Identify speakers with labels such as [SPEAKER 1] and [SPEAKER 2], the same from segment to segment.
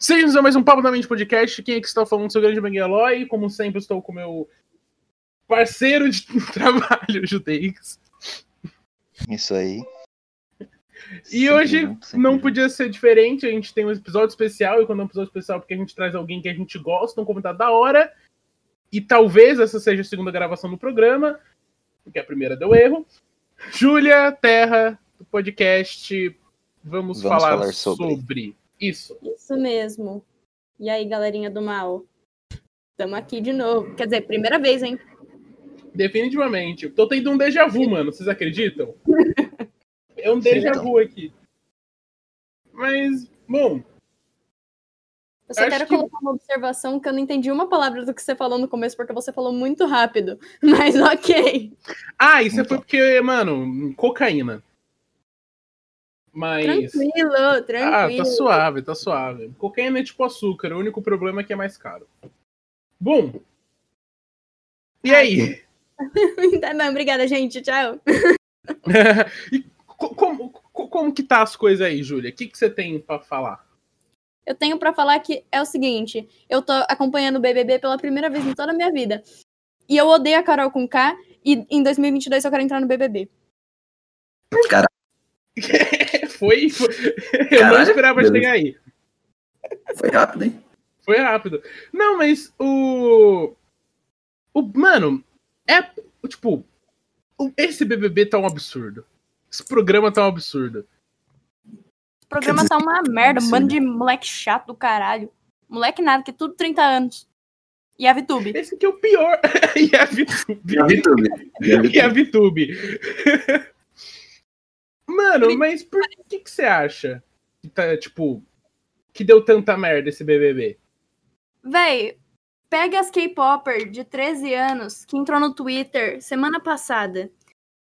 [SPEAKER 1] Sejam-nos a mais um Papo da Mente Podcast. Quem é que está falando? Seu grande Miguel Eloy. Como sempre, estou com meu parceiro de trabalho, Judeix.
[SPEAKER 2] Isso aí. né?
[SPEAKER 1] E
[SPEAKER 2] Sempre
[SPEAKER 1] hoje
[SPEAKER 2] junto, sempre
[SPEAKER 1] não
[SPEAKER 2] junto.
[SPEAKER 1] podia ser diferente, a gente tem um episódio especial, e quando é um episódio especial é porque a gente traz alguém que a gente gosta, um convidado da hora, e talvez essa seja a segunda gravação do programa, porque a primeira deu erro. Júlia Terra, do podcast,
[SPEAKER 2] Vamos
[SPEAKER 1] vamos, falar,
[SPEAKER 2] falar sobre.
[SPEAKER 1] sobre isso.
[SPEAKER 3] Isso mesmo. E aí, galerinha do mal? Estamos aqui de novo. Quer dizer, primeira vez, hein?
[SPEAKER 1] Definitivamente. Tô tendo um déjà vu, mano. Vocês acreditam? É um déjà
[SPEAKER 2] Então.
[SPEAKER 1] vu aqui. Mas, bom,
[SPEAKER 3] Eu só
[SPEAKER 1] Acho
[SPEAKER 3] quero
[SPEAKER 1] que-
[SPEAKER 3] colocar uma observação que eu não entendi uma palavra do que você falou no começo, porque você falou muito rápido. Mas ok.
[SPEAKER 1] Ah, isso
[SPEAKER 2] Então.
[SPEAKER 1] foi porque, mano, cocaína. Mas.
[SPEAKER 3] Tranquilo,
[SPEAKER 1] É Ah,
[SPEAKER 3] tranquilo.
[SPEAKER 1] tá suave, tá suave. Cocaína é tipo açúcar, o único problema é que é mais caro. Bom. E aí?
[SPEAKER 3] Tá bom, obrigada, gente. Tchau.
[SPEAKER 1] E co- como, co- como que tá as coisas aí, Júlia? O que, que você tem pra falar?
[SPEAKER 3] Eu tenho pra falar que é o seguinte: eu tô acompanhando o BBB pela primeira vez em toda a minha vida. E eu odeio a Carol com K. E em 2022 eu quero entrar no BBB.
[SPEAKER 1] Foi. foi- Eu não
[SPEAKER 4] Caralho,
[SPEAKER 1] esperava
[SPEAKER 4] beleza.
[SPEAKER 1] chegar aí.
[SPEAKER 4] Foi rápido, hein?
[SPEAKER 1] Foi rápido. Não, mas o. O. Mano, é. Tipo. o- Esse BBB tá um absurdo. Esse programa tá um absurdo.
[SPEAKER 3] O programa tá uma merda, um
[SPEAKER 4] sim.
[SPEAKER 3] bando de moleque chato do caralho. Moleque nada, que é tudo 30 anos. E a VTube.
[SPEAKER 1] Esse aqui é o pior. e é a VTube. E a VTube. Mano, mas por que, que você acha que tá, tipo. Que deu tanta merda esse BBB?
[SPEAKER 3] Véi, pega as K-Popper de 13 anos que entrou no Twitter semana passada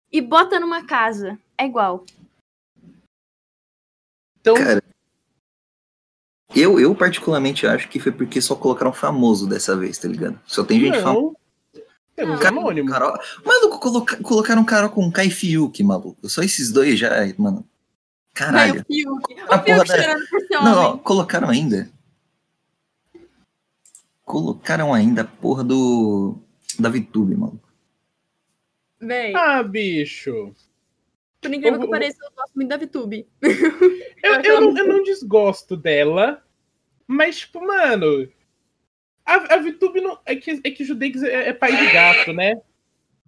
[SPEAKER 3] e bota numa casa. É igual.
[SPEAKER 1] Então,
[SPEAKER 4] Cara, eu, eu particularmente acho que foi porque só colocaram famoso dessa vez, tá ligado? Só tem gente famosa.
[SPEAKER 1] não. Temos
[SPEAKER 3] Não.
[SPEAKER 1] anônimo.
[SPEAKER 4] Carol... Maluco, coloca... colocaram Carol com Kai e Fiuk, maluco. Só esses dois já, mano.
[SPEAKER 3] Véi, o
[SPEAKER 4] Caralho.
[SPEAKER 3] Fiuk.
[SPEAKER 4] A
[SPEAKER 3] O
[SPEAKER 4] porra
[SPEAKER 3] Fiuk
[SPEAKER 4] da-
[SPEAKER 3] chorando por ser
[SPEAKER 4] Não, não,
[SPEAKER 3] homem.
[SPEAKER 4] colocaram ainda. Colocaram ainda a porra do. Da VTube, maluco.
[SPEAKER 3] Véi,
[SPEAKER 1] Ah, bicho.
[SPEAKER 4] Ah,
[SPEAKER 3] por incrível
[SPEAKER 1] eu-
[SPEAKER 3] que
[SPEAKER 1] eu-
[SPEAKER 3] pareça, eu gosto muito da VTube.
[SPEAKER 1] Eu,
[SPEAKER 3] Eu
[SPEAKER 1] eu, não,
[SPEAKER 3] amo.
[SPEAKER 1] eu não desgosto dela, mas, tipo, mano. A, a VTube não. É que, é que Judex é, é pai de gato, né?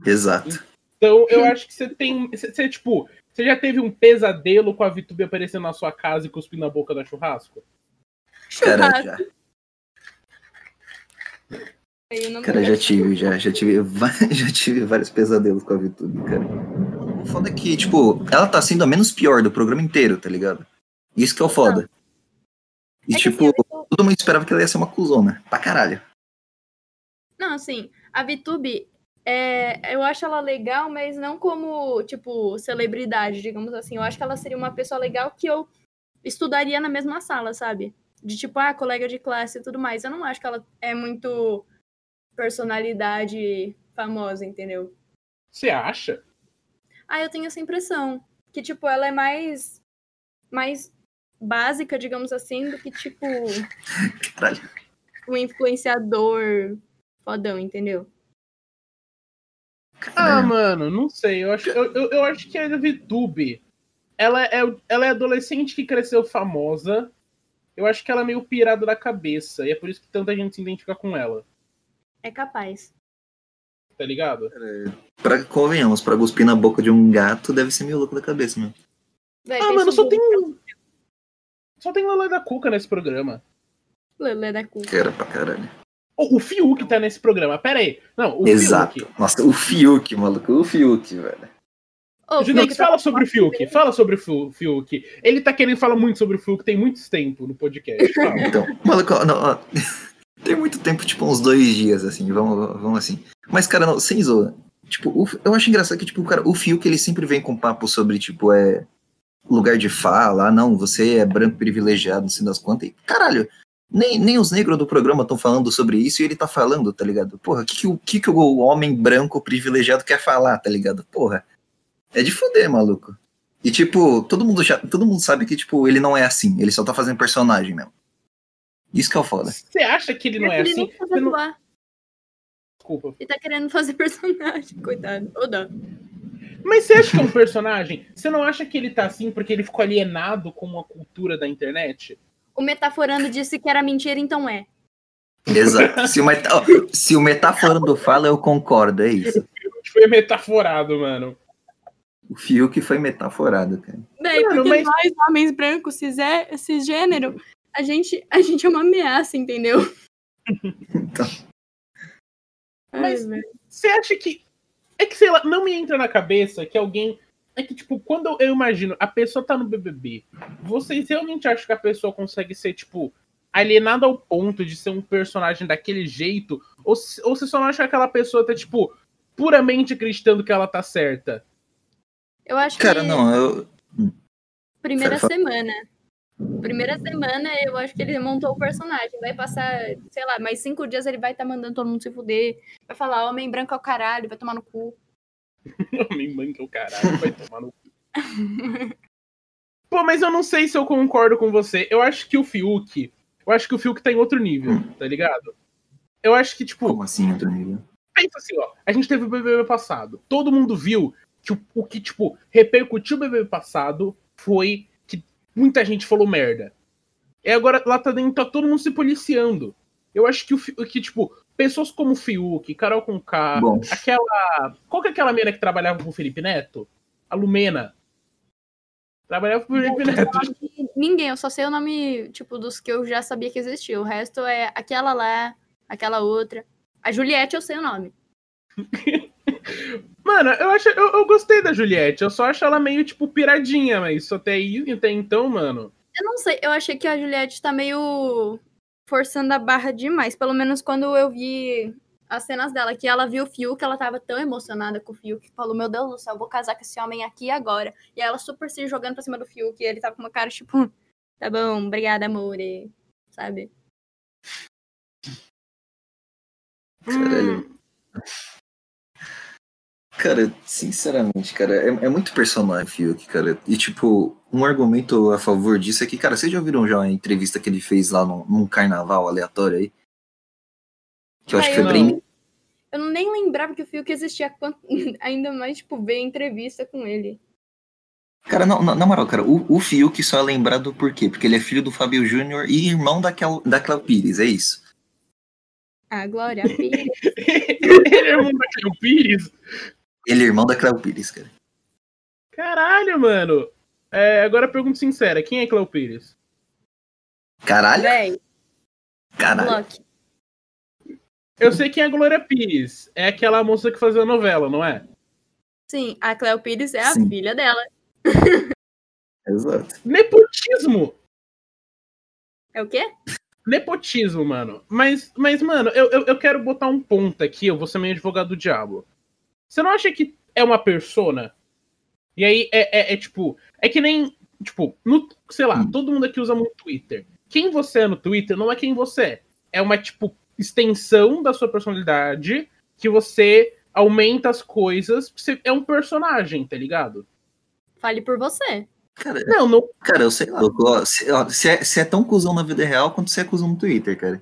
[SPEAKER 4] Exato.
[SPEAKER 1] Então eu acho que você tem. Você, você, tipo, você já teve um pesadelo com a VTube aparecendo na sua casa e cuspindo na boca da churrasco?
[SPEAKER 4] Cara, já,
[SPEAKER 3] Véi, eu não-
[SPEAKER 4] cara, já tive, já, já tive, va- já tive vários pesadelos com a VTube, cara. O foda é que, tipo, ela tá sendo a menos pior do programa inteiro, tá ligado? Isso que é o foda. E,
[SPEAKER 3] É que,
[SPEAKER 4] tipo,
[SPEAKER 3] assim, a VTube-
[SPEAKER 4] todo mundo esperava que ela ia ser uma cuzona. Pra caralho.
[SPEAKER 3] Não, assim, a VTube, é, eu acho ela legal, mas não como, tipo, celebridade, digamos assim. Eu acho que ela seria uma pessoa legal que eu estudaria na mesma sala, sabe? De tipo, ah, colega de classe e tudo mais. Eu não acho que ela é muito personalidade famosa, entendeu?
[SPEAKER 1] Você acha?
[SPEAKER 3] Ah, eu tenho essa impressão. Que, tipo, ela é mais. mais básica, digamos assim, do que, tipo,
[SPEAKER 4] Caralho.
[SPEAKER 3] um influenciador fodão, entendeu?
[SPEAKER 1] Ah,
[SPEAKER 4] É.
[SPEAKER 1] mano, não sei. Eu acho, eu, eu, eu acho que a VTube. Ela é, ela é adolescente que cresceu famosa. Eu acho que ela é meio pirada da cabeça. E é por isso que tanta gente se identifica com ela,
[SPEAKER 3] É capaz.
[SPEAKER 1] tá ligado?
[SPEAKER 4] Pra, convenhamos, pra cuspir na boca de um gato deve ser meio louco da cabeça, meu.
[SPEAKER 3] Véi,
[SPEAKER 1] Ah,
[SPEAKER 3] pensa um
[SPEAKER 1] mano, só
[SPEAKER 3] no
[SPEAKER 1] tem. Só tem Lala da Cuca nesse programa.
[SPEAKER 3] Lelé da Cuca.
[SPEAKER 4] Cara, pra caralho.
[SPEAKER 1] O, o Fiuk tá nesse programa, pera aí. Não, o
[SPEAKER 4] Exato.
[SPEAKER 1] Fiuk.
[SPEAKER 4] Nossa, o Fiuk, maluco. O Fiuk, velho.
[SPEAKER 3] Ô,
[SPEAKER 1] Junix,
[SPEAKER 3] Fiuk, tá-
[SPEAKER 1] fala sobre o Fiuk. Fala sobre o Fiu- Fiuk. Ele tá querendo falar muito sobre o Fiuk, tem muito tempo no podcast. Fala.
[SPEAKER 4] Então, maluco, ó, não, ó, tem muito tempo, tipo, uns dois dias, assim, vamos, vamos assim. Mas, cara, não, sem zoa. Tipo, o- eu acho engraçado que, tipo, o cara, o Fiuk, ele sempre vem com papo sobre, tipo, é lugar de fala, ah, não, você é branco privilegiado, não sei das quantas. E, caralho, nem, nem os negros do programa estão falando sobre isso e ele tá falando, tá ligado? Porra, o que, que, o- que, que o homem branco privilegiado quer falar, tá ligado? Porra, é de foder, maluco. E, tipo, todo mundo, já, todo mundo sabe que, tipo, ele não é assim, ele só tá fazendo personagem mesmo. Isso que é o foda.
[SPEAKER 1] Você acha que ele não é
[SPEAKER 3] ele
[SPEAKER 1] assim?
[SPEAKER 3] nem quer atuar.
[SPEAKER 1] Desculpa.
[SPEAKER 3] Ele tá querendo fazer personagem, coitado. Ou dá.
[SPEAKER 1] Mas você acha que é um personagem? Você não acha que ele tá assim porque ele ficou alienado com a cultura da internet?
[SPEAKER 3] O metaforando disse que era mentira, então é.
[SPEAKER 4] Exato. Se o, meta... ó, se o metaforando fala, eu concordo, é isso.
[SPEAKER 1] Foi metaforado, mano.
[SPEAKER 4] O Fiuk foi metaforado, cara.
[SPEAKER 3] Daí,
[SPEAKER 1] Mano,
[SPEAKER 3] porque
[SPEAKER 1] mas-
[SPEAKER 3] nós, homens brancos, cisé- cisgênero, a gente, a gente é uma ameaça, entendeu?
[SPEAKER 4] Então,
[SPEAKER 3] Ai,
[SPEAKER 1] Mas-
[SPEAKER 3] velho.
[SPEAKER 1] Você acha que. É que, sei lá, não me entra na cabeça que alguém. É que, tipo, quando eu- eu imagino, a pessoa tá no BBB, vocês realmente acham que a pessoa consegue ser, tipo, alienada ao ponto de ser um personagem daquele jeito? Ou, se- ou você só não acha que aquela pessoa tá, tipo, puramente acreditando que ela tá certa?
[SPEAKER 3] eu acho
[SPEAKER 4] cara,
[SPEAKER 3] que
[SPEAKER 4] não, eu.
[SPEAKER 3] primeira
[SPEAKER 4] fa-
[SPEAKER 3] semana. Primeira semana, eu acho que ele montou o personagem. Vai passar, sei lá, mais cinco dias ele vai estar mandando todo mundo se fuder. Vai falar, homem branco é o caralho, vai tomar no cu.
[SPEAKER 1] Homem manca o caralho, vai tomar no cu. Pô, mas eu não sei se eu concordo com você. Eu acho que o Fiuk. Eu acho que o Fiuk tá em outro nível, tá ligado? Eu acho que, tipo.
[SPEAKER 4] Como assim, outro nível?
[SPEAKER 1] pensa assim, ó. A gente teve o BBB passado. Todo mundo viu que o, o que, tipo, repercutiu o BBB passado foi que muita gente falou merda. E agora lá tá dentro, tá todo mundo se policiando. Eu acho que, o, Fi- que tipo, pessoas como o Fiuk, Carol Conká,
[SPEAKER 4] Bom,
[SPEAKER 1] aquela. Qual que é aquela menina que trabalhava com o Felipe Neto? A Lumena. Trabalhava com o Felipe Neto.
[SPEAKER 3] Ninguém, eu só sei o nome, tipo, dos que eu já sabia que existia. O resto é aquela lá, aquela outra. A Juliette eu sei o nome.
[SPEAKER 1] Mano, eu, acho, eu, eu gostei da Juliette. Eu só acho ela meio, tipo, piradinha, mas só até, aí- até então, mano.
[SPEAKER 3] Eu não sei, eu achei que a Juliette tá meio forçando a barra demais. Pelo menos quando eu vi as cenas dela, que ela viu o Fiuk, ela tava tão emocionada com o Fiuk, que falou, meu Deus do céu, eu vou casar com esse homem aqui e agora. E ela super se jogando pra cima do Fiuk, e ele tava com uma cara tipo, tá bom, obrigada, amor, e- sabe?
[SPEAKER 4] Caralho.
[SPEAKER 1] Hum.
[SPEAKER 4] Cara, sinceramente, cara, é, é muito personagem, Fiuk, cara. E, tipo, um argumento a favor disso é que, cara, vocês já viram já a entrevista que ele fez lá num, num carnaval aleatório aí? Que eu acho
[SPEAKER 3] Ah,
[SPEAKER 4] que foi
[SPEAKER 1] eu
[SPEAKER 4] pra
[SPEAKER 1] não.
[SPEAKER 4] in-
[SPEAKER 3] Eu não nem lembrava que o Fiuk existia, quanto- ainda mais, tipo, ver a entrevista com ele.
[SPEAKER 4] Cara, não, na, na moral, cara, o, o Fiuk só é lembrado por quê? Porque ele é filho do Fábio Júnior e irmão da, Kel, da Cléo Pires, é isso.
[SPEAKER 3] Ah, Glória, filha.
[SPEAKER 1] Ele é irmão da Cleo Pires?
[SPEAKER 4] Ele é irmão da Cléo Pires, cara.
[SPEAKER 1] Caralho, mano. É, agora pergunta sincera, quem é Cleo Pires?
[SPEAKER 4] Caralho,
[SPEAKER 3] Véi,
[SPEAKER 4] caralho.
[SPEAKER 3] Loki.
[SPEAKER 1] Eu sei quem é a Glória Pires. É aquela moça que fazia novela, não é?
[SPEAKER 3] Sim, a Cleo Pires é a
[SPEAKER 4] Sim.
[SPEAKER 3] filha dela.
[SPEAKER 4] é Exato.
[SPEAKER 1] Nepotismo!
[SPEAKER 3] É o quê?
[SPEAKER 1] Nepotismo, mano. Mas, mas mano, eu, eu, eu quero botar um ponto aqui, eu vou ser meio advogado do diabo. Você não acha que é uma persona? E aí é, é, é tipo. É que nem. Tipo, no, sei lá, todo mundo aqui usa muito Twitter. Quem você é no Twitter não é quem você é. É uma, tipo, extensão da sua personalidade que você aumenta as coisas. Você é um personagem, tá ligado?
[SPEAKER 3] Fale por você.
[SPEAKER 4] Cara,
[SPEAKER 1] Não, não.
[SPEAKER 4] cara, eu sei lá. ó, Você ó, você é, você é tão cuzão na vida real quanto você é cuzão no Twitter, cara.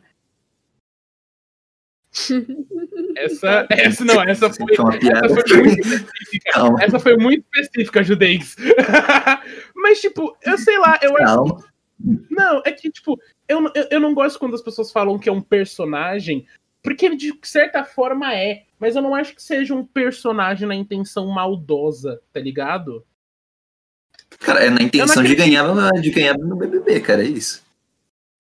[SPEAKER 1] Essa. Essa não, essa foi.
[SPEAKER 4] Isso é uma piada.
[SPEAKER 1] Essa foi muito específica.
[SPEAKER 4] Calma,
[SPEAKER 1] Essa foi muito específica, Judex. Mas, tipo, eu sei lá, eu acho.
[SPEAKER 4] calma.
[SPEAKER 1] Não, é que, tipo, eu, eu, eu não gosto quando as pessoas falam que é um personagem, porque de certa forma é, mas eu não acho que seja um personagem na intenção maldosa, tá ligado?
[SPEAKER 4] Cara, é na intenção de
[SPEAKER 1] acredito.
[SPEAKER 4] ganhar, de ganhar no BBB, cara, é isso.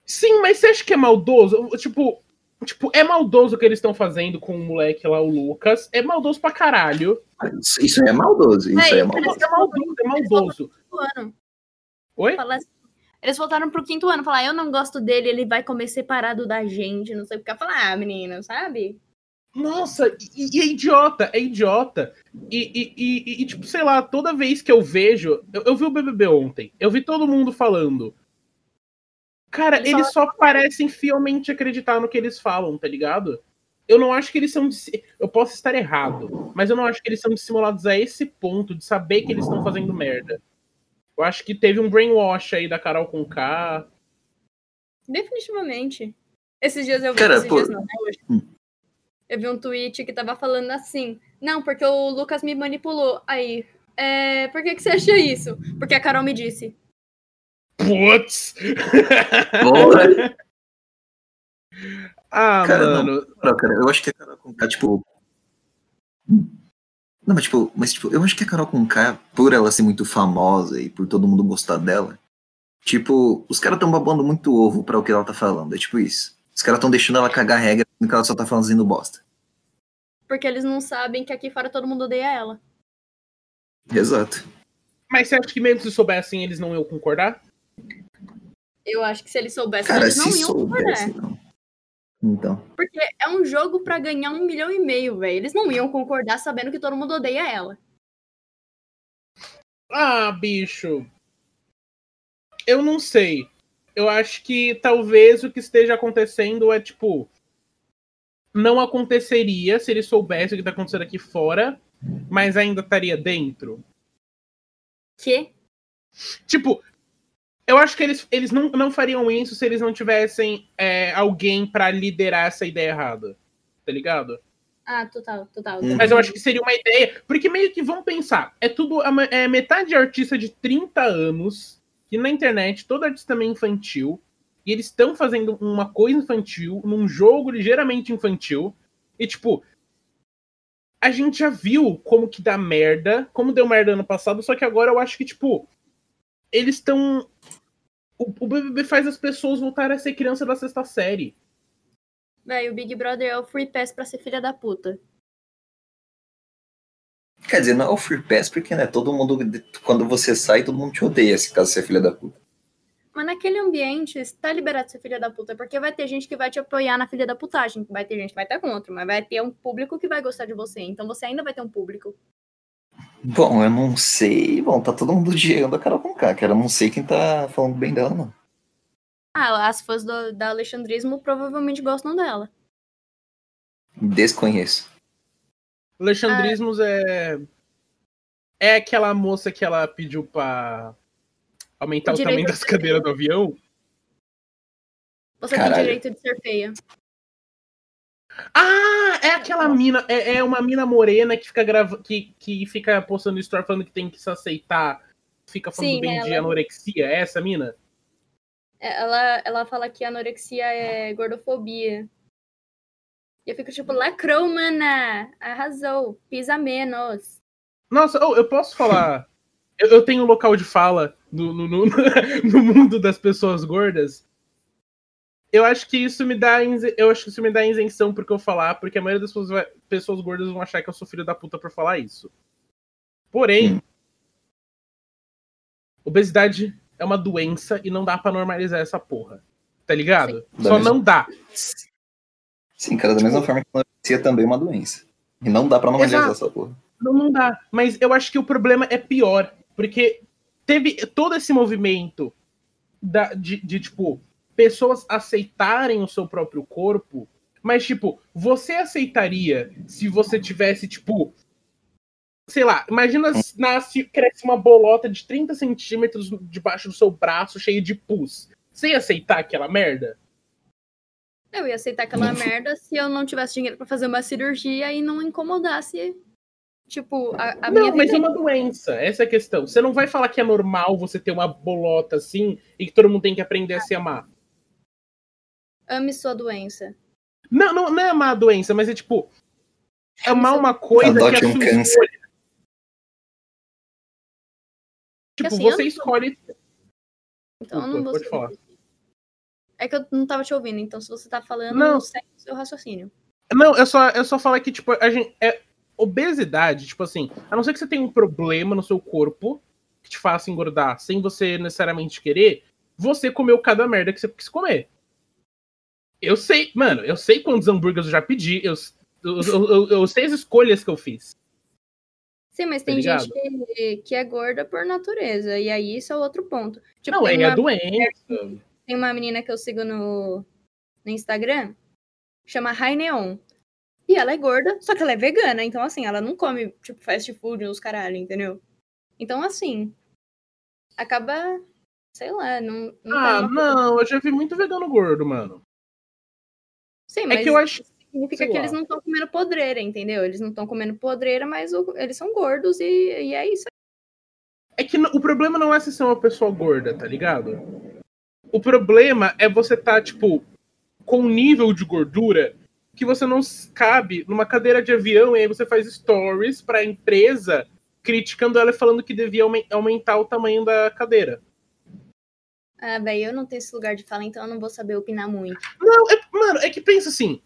[SPEAKER 1] Sim, mas você acha que é maldoso? Tipo, tipo é maldoso o que eles estão fazendo com o moleque lá, o Lucas. É maldoso pra caralho.
[SPEAKER 4] Isso, isso é maldoso, isso é,
[SPEAKER 3] É, então,
[SPEAKER 4] maldoso.
[SPEAKER 1] É maldoso, é maldoso.
[SPEAKER 3] Do ano.
[SPEAKER 1] Oi?
[SPEAKER 3] Falar assim- Eles voltaram pro quinto ano, falar, "Ah, eu não gosto dele, ele vai comer separado da gente, não sei o que. Eu falar, ah, menina, sabe?
[SPEAKER 1] Nossa, e, e é idiota, é idiota. E, e- e- e- e, tipo, sei lá, toda vez que eu vejo. Eu, eu vi o BBB ontem, eu vi todo mundo falando. Cara,
[SPEAKER 3] Eles
[SPEAKER 1] eles só parecem fielmente acreditar no que eles falam, tá ligado? Eu não acho que eles são. dissi- Eu posso estar errado, mas eu não acho que eles são dissimulados a esse ponto de saber que eles estão fazendo merda. Eu acho que teve um brainwash aí da Carol com K.
[SPEAKER 3] Definitivamente. Esses dias eu vi,
[SPEAKER 4] Cara, Hum.
[SPEAKER 3] esses
[SPEAKER 4] pô.
[SPEAKER 3] dias não, né, hoje. Eu vi um tweet que tava falando assim, não, porque o Lucas me manipulou. Aí, é, por que, que você acha isso? Porque a Carol me disse.
[SPEAKER 1] Putz!
[SPEAKER 4] Bora,
[SPEAKER 1] Ah,
[SPEAKER 4] Cara, não.
[SPEAKER 1] mano.
[SPEAKER 4] cara. Eu acho que a Carol com K, tipo. Não, mas tipo, mas tipo, eu acho que a Carol com K, por ela ser muito famosa e por todo mundo gostar dela, tipo, os caras tão babando muito ovo pra o que ela tá falando. É tipo isso. Os caras tão deixando ela cagar regra no que ela só tá fazendo bosta.
[SPEAKER 3] Porque eles não sabem que aqui fora todo mundo odeia ela.
[SPEAKER 4] Exato.
[SPEAKER 1] Mas você acha que mesmo se soubessem, eles não iam concordar?
[SPEAKER 3] Eu acho que se eles soubessem,
[SPEAKER 4] Cara,
[SPEAKER 3] eles não
[SPEAKER 4] se
[SPEAKER 3] iam concordar.
[SPEAKER 4] soubesse, não. Então.
[SPEAKER 3] Porque é um jogo pra ganhar um milhão e meio, velho. Eles não iam concordar sabendo que todo mundo odeia ela.
[SPEAKER 1] Ah, bicho. Eu não sei. Eu acho que talvez o que esteja acontecendo é tipo. Não aconteceria se eles soubessem o que tá acontecendo aqui fora, mas ainda estaria dentro.
[SPEAKER 3] Que?
[SPEAKER 1] Tipo, eu acho que eles, eles não, não fariam isso se eles não tivessem é, alguém pra liderar essa ideia errada. Tá ligado?
[SPEAKER 3] Ah, total, total.
[SPEAKER 4] Uhum.
[SPEAKER 1] Mas eu acho que seria uma ideia. Porque meio que vão pensar. É tudo. é uma- É metade de artista de 30 anos. E na internet, todo artista também infantil. E eles estão fazendo uma coisa infantil, num jogo ligeiramente infantil. E tipo. A gente já viu como que dá merda. Como deu merda ano passado. Só que agora eu acho que, tipo. Eles estão. O, o BBB faz as pessoas voltarem a ser criança da sexta série.
[SPEAKER 3] Véi, o Big Brother é o free pass pra ser filha da puta.
[SPEAKER 4] Quer dizer, não é o Free Pass, porque né, todo mundo. Quando você sai, todo mundo te odeia, se caso você é filha da puta.
[SPEAKER 3] Mas naquele ambiente, tá liberado ser filha da puta, porque vai ter gente que vai te apoiar na filha da putagem, vai ter gente que vai estar contra, mas vai ter um público que vai gostar de você, então você ainda vai ter um público.
[SPEAKER 4] Bom, eu não sei. Bom, tá todo mundo odiando a Carol com K, cara. Eu não sei quem tá falando bem dela, não.
[SPEAKER 3] Ah, as fãs do, da Alexandrismo provavelmente gostam dela.
[SPEAKER 4] Desconheço.
[SPEAKER 1] Alexandrismos é. É aquela moça que ela pediu pra aumentar o
[SPEAKER 3] Direito
[SPEAKER 1] tamanho
[SPEAKER 3] ao
[SPEAKER 1] das cadeiras do avião.
[SPEAKER 3] Você tem
[SPEAKER 4] Caralho.
[SPEAKER 3] direito de ser feia.
[SPEAKER 1] Ah, é aquela mina. É, é uma mina morena que fica grava... que, que fica postando story falando que tem que se aceitar. Fica falando
[SPEAKER 3] Sim,
[SPEAKER 1] bem de
[SPEAKER 3] ela.
[SPEAKER 1] anorexia. É essa mina?
[SPEAKER 3] É, Ela, ela fala que anorexia é gordofobia. E eu fico tipo, lacrou, mana! Arrasou, pisa menos.
[SPEAKER 1] Nossa, oh, eu posso falar. eu, eu tenho um local de fala no, no, no- no mundo das pessoas gordas. Eu acho que isso me dá. isen- Eu acho que isso me dá isenção porque eu falar, porque a maioria das pessoas, vai- pessoas gordas vão achar que eu sou filho da puta por falar isso. Porém,
[SPEAKER 4] Hum.
[SPEAKER 1] obesidade é uma doença e não dá pra normalizar essa porra. Tá ligado?
[SPEAKER 4] Sim.
[SPEAKER 1] Só não dá.
[SPEAKER 4] Sim, cara, da
[SPEAKER 1] Tipo,
[SPEAKER 4] mesma forma que a anorexia também é uma doença. E não dá pra normalizar essa porra.
[SPEAKER 1] Não, não dá. Mas eu acho que o problema é pior. Porque teve todo esse movimento da, de, de, tipo, pessoas aceitarem o seu próprio corpo. Mas, tipo, você aceitaria se você tivesse, tipo. Sei lá, imagina se nasce, cresce uma bolota de 30 centímetros debaixo do seu braço, cheio de pus. Você ia aceitar aquela merda?
[SPEAKER 3] Eu ia aceitar aquela
[SPEAKER 4] Nossa.
[SPEAKER 3] merda se eu não tivesse dinheiro pra fazer uma cirurgia e não incomodasse, tipo, a, a minha
[SPEAKER 1] não,
[SPEAKER 3] vida
[SPEAKER 1] mas é uma doença, essa é a questão. Você não vai falar que é normal você ter uma bolota assim e que todo mundo tem que aprender a se amar.
[SPEAKER 3] Ame sua doença.
[SPEAKER 1] Não, não, não é amar a doença, mas é tipo. É amar
[SPEAKER 3] Isso.
[SPEAKER 1] uma coisa
[SPEAKER 4] Adote
[SPEAKER 1] que é
[SPEAKER 4] um
[SPEAKER 1] sua
[SPEAKER 4] câncer.
[SPEAKER 1] escolha. Tipo,
[SPEAKER 3] assim, eu
[SPEAKER 1] você
[SPEAKER 3] não-
[SPEAKER 1] escolhe.
[SPEAKER 3] Então
[SPEAKER 1] Desculpa,
[SPEAKER 3] eu não vou
[SPEAKER 1] pode
[SPEAKER 3] saber.
[SPEAKER 1] falar.
[SPEAKER 3] É que eu não tava te ouvindo, então se você tá falando,
[SPEAKER 1] Não.
[SPEAKER 3] não segue o seu raciocínio.
[SPEAKER 1] Não, eu só, eu só falo que, tipo, a gente. É, obesidade, tipo assim, a não ser que você tenha um problema no seu corpo que te faça engordar sem você necessariamente querer, você comeu cada merda que você quis comer. Eu sei, mano, eu sei quantos hambúrgueres eu já pedi, eu, eu, eu, eu- eu sei as escolhas que eu fiz.
[SPEAKER 3] Sim, mas
[SPEAKER 1] Tá
[SPEAKER 3] tem
[SPEAKER 1] ligado?
[SPEAKER 3] gente que, que é gorda por natureza, e aí isso é outro ponto. Tipo,
[SPEAKER 1] Não, é,
[SPEAKER 3] tem,
[SPEAKER 1] é
[SPEAKER 3] uma,
[SPEAKER 1] a doença.
[SPEAKER 3] tem uma menina que eu sigo no, no Instagram, chama Rai Neon. E ela é gorda, só que ela é vegana, então assim, ela não come, tipo, fast food, uns caralho, entendeu? Então assim, acaba Sei lá, não. não
[SPEAKER 1] Ah,
[SPEAKER 3] tá uma-
[SPEAKER 1] não, eu já vi muito vegano gordo, mano.
[SPEAKER 3] Sim,
[SPEAKER 1] É
[SPEAKER 3] mas
[SPEAKER 1] que eu acho.
[SPEAKER 3] significa
[SPEAKER 1] sei
[SPEAKER 3] que
[SPEAKER 1] lá.
[SPEAKER 3] eles não estão comendo podreira, entendeu? Eles não estão comendo podreira, mas o- eles são gordos e, e é isso.
[SPEAKER 1] É que n- o problema não é se ser uma pessoa gorda, tá ligado? O problema é você tá, tipo, com um nível de gordura que você não s- cabe numa cadeira de avião e aí você faz stories pra empresa criticando ela e falando que devia aumen- aumentar o tamanho da cadeira.
[SPEAKER 3] Ah, velho, eu não tenho esse lugar de fala, então eu não vou saber opinar muito.
[SPEAKER 1] Não, é, mano, é que pensa assim.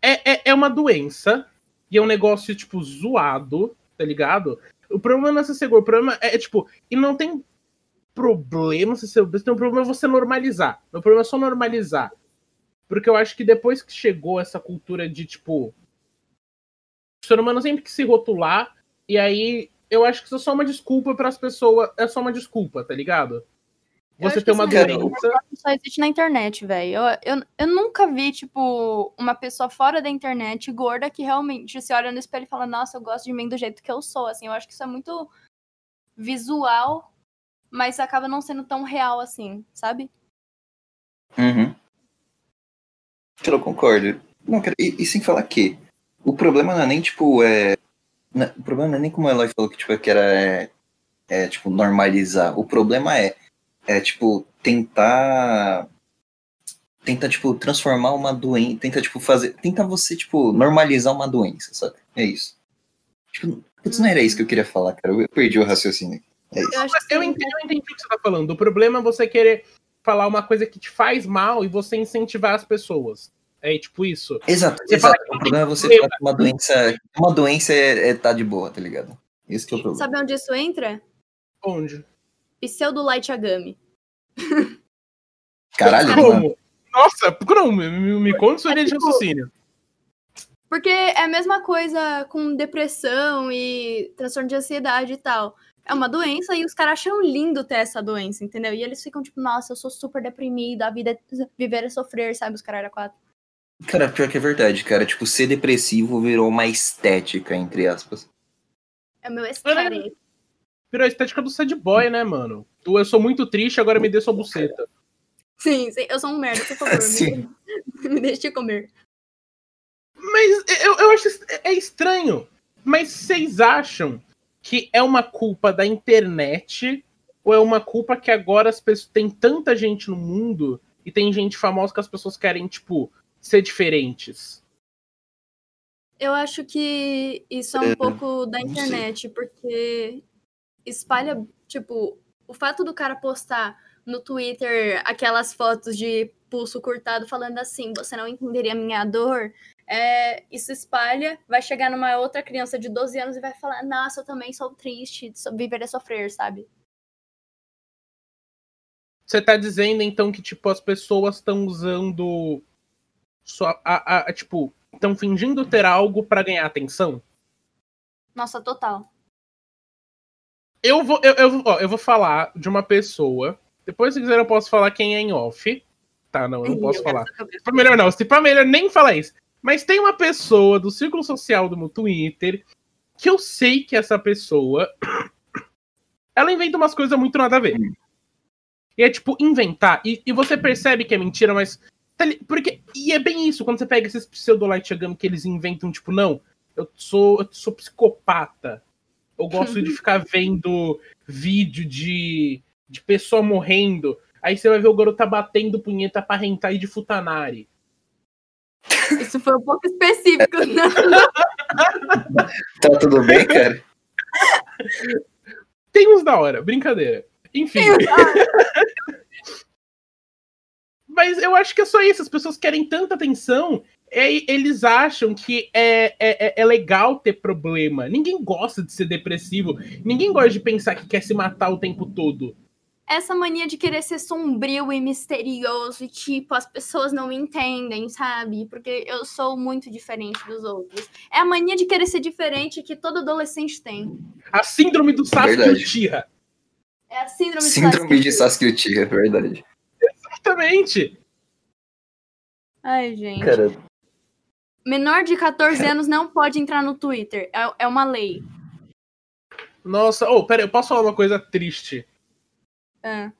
[SPEAKER 1] É, é, é uma doença e é um negócio, tipo, zoado, tá ligado? O problema não é você ser gordo, o problema é, é, tipo, e não tem problema você ser obeso, tem um problema é você normalizar. Meu problema é só normalizar. Porque eu acho que depois que chegou essa cultura de, tipo, o ser humano sempre que se rotular, e aí eu acho que isso é só uma desculpa para as pessoas, é só uma desculpa, tá ligado?
[SPEAKER 3] Eu acho
[SPEAKER 1] Você
[SPEAKER 3] que
[SPEAKER 1] ter uma
[SPEAKER 3] isso é
[SPEAKER 4] uma
[SPEAKER 1] doença.
[SPEAKER 3] Só existe na internet, velho. Eu, eu, eu nunca vi, tipo, uma pessoa fora da internet gorda que realmente se olha no espelho e fala, nossa, eu gosto de mim do jeito que eu sou. Assim, eu acho que isso é muito visual, mas acaba não sendo tão real assim, sabe?
[SPEAKER 4] Uhum. Cara, Eu concordo. Não, cara, e, e sem falar que o problema não é nem, tipo, é. na- o problema não é nem como a Eloy falou que, tipo, que era, é, é, tipo, normalizar. O problema é, é, tipo, tentar. Tentar, tipo, transformar uma doença. Tenta, tipo, fazer. Tentar você, tipo, normalizar uma doença, sabe? É isso. Tipo, putz, não era isso que eu queria falar, cara. Eu perdi o raciocínio.
[SPEAKER 3] Eu acho que
[SPEAKER 1] Eu
[SPEAKER 3] sim.
[SPEAKER 1] entendi, eu entendi o que você tá falando. O problema é você querer falar uma coisa que te faz mal e você incentivar as pessoas. É tipo isso.
[SPEAKER 4] Exato,
[SPEAKER 1] Você
[SPEAKER 4] exato.
[SPEAKER 1] fala que
[SPEAKER 4] O problema é você
[SPEAKER 1] problema.
[SPEAKER 4] falar que uma doença. Uma doença é, é tá de boa, tá ligado? Esse que é o problema.
[SPEAKER 3] Sabe onde isso entra?
[SPEAKER 1] Onde?
[SPEAKER 3] Pseudo Light Agami.
[SPEAKER 4] Caralho, mano. é tipo
[SPEAKER 1] Como? Nossa, como? Me, me, me conta sua linha de raciocínio.
[SPEAKER 3] Porque é a mesma coisa com depressão e transtorno de ansiedade e tal. É uma doença e os caras acham lindo ter essa doença, entendeu? E eles ficam tipo, nossa, eu sou super deprimido, a vida é viver é sofrer, sabe? Os caras eram quatro.
[SPEAKER 4] Cara, pior que é verdade, cara. Tipo, ser depressivo virou uma estética, entre aspas.
[SPEAKER 3] É o meu escape.
[SPEAKER 1] Virou a estética do sad boy, né, mano? Tu, eu sou muito triste, agora me dê sua buceta.
[SPEAKER 3] Sim, sim, eu sou um merda, por favor.
[SPEAKER 4] Sim.
[SPEAKER 3] Me, me deixe comer.
[SPEAKER 1] Mas eu, eu acho es- é estranho. Mas vocês acham que é uma culpa da internet ou é uma culpa que agora as pessoas tem tanta gente no mundo e tem gente famosa que as pessoas querem tipo ser diferentes?
[SPEAKER 3] Eu acho que isso é um
[SPEAKER 4] É,
[SPEAKER 3] pouco da
[SPEAKER 4] não sei.
[SPEAKER 3] internet, porque espalha, tipo, o fato do cara postar no Twitter aquelas fotos de pulso cortado falando assim, você não entenderia minha dor. é, isso espalha, vai chegar numa outra criança de 12 anos e vai falar, nossa, eu também sou triste, so- viver é sofrer, sabe?
[SPEAKER 1] Você tá dizendo então que tipo as pessoas estão usando sua a, a- a- tipo estão fingindo ter algo pra ganhar atenção?
[SPEAKER 3] Nossa, total.
[SPEAKER 1] Eu vou eu, eu, vou- ó, eu vou falar de uma pessoa. Depois se quiser eu posso falar quem é em off. Tá, não, eu não posso
[SPEAKER 3] quero
[SPEAKER 1] falar.
[SPEAKER 3] saber.
[SPEAKER 1] Pra melhor não, se pra melhor nem falar isso. Mas tem uma pessoa do círculo social do meu Twitter que eu sei que essa pessoa ela inventa umas coisas muito nada a ver. E é tipo inventar e, e você percebe que é mentira, mas tá li- porque e é bem isso quando você pega esses pseudolight agama que eles inventam tipo não, eu sou eu sou psicopata. Eu gosto de ficar vendo vídeo de de pessoa morrendo. Aí você vai ver o garota batendo punheta pra rentar e de futanari.
[SPEAKER 3] Isso foi um pouco específico,
[SPEAKER 1] É,
[SPEAKER 3] né?
[SPEAKER 4] Tá tudo bem, cara?
[SPEAKER 1] Tem uns da hora, brincadeira. Enfim. Mas eu acho que é só isso. As pessoas querem tanta atenção. E aí eles acham que é, é, é- é legal ter problema. Ninguém gosta de ser depressivo. Ninguém gosta de pensar que quer se matar o tempo todo.
[SPEAKER 3] essa mania de querer ser sombrio e misterioso e tipo, as pessoas não me entendem, sabe? Porque eu sou muito diferente dos outros. É a mania de querer ser diferente que todo adolescente tem.
[SPEAKER 1] A síndrome do Sasuke
[SPEAKER 4] Verdade.
[SPEAKER 1] Uchiha.
[SPEAKER 3] É a síndrome,
[SPEAKER 4] Síndrome de
[SPEAKER 3] Sasuke.
[SPEAKER 4] Sasuke Uchiha, é verdade.
[SPEAKER 1] Exatamente.
[SPEAKER 3] Ai, gente.
[SPEAKER 4] Cara,
[SPEAKER 3] Menor de 14 anos não pode entrar no Twitter. É, é uma lei.
[SPEAKER 1] Nossa, oh, pera, eu posso falar uma coisa triste.
[SPEAKER 3] Ah,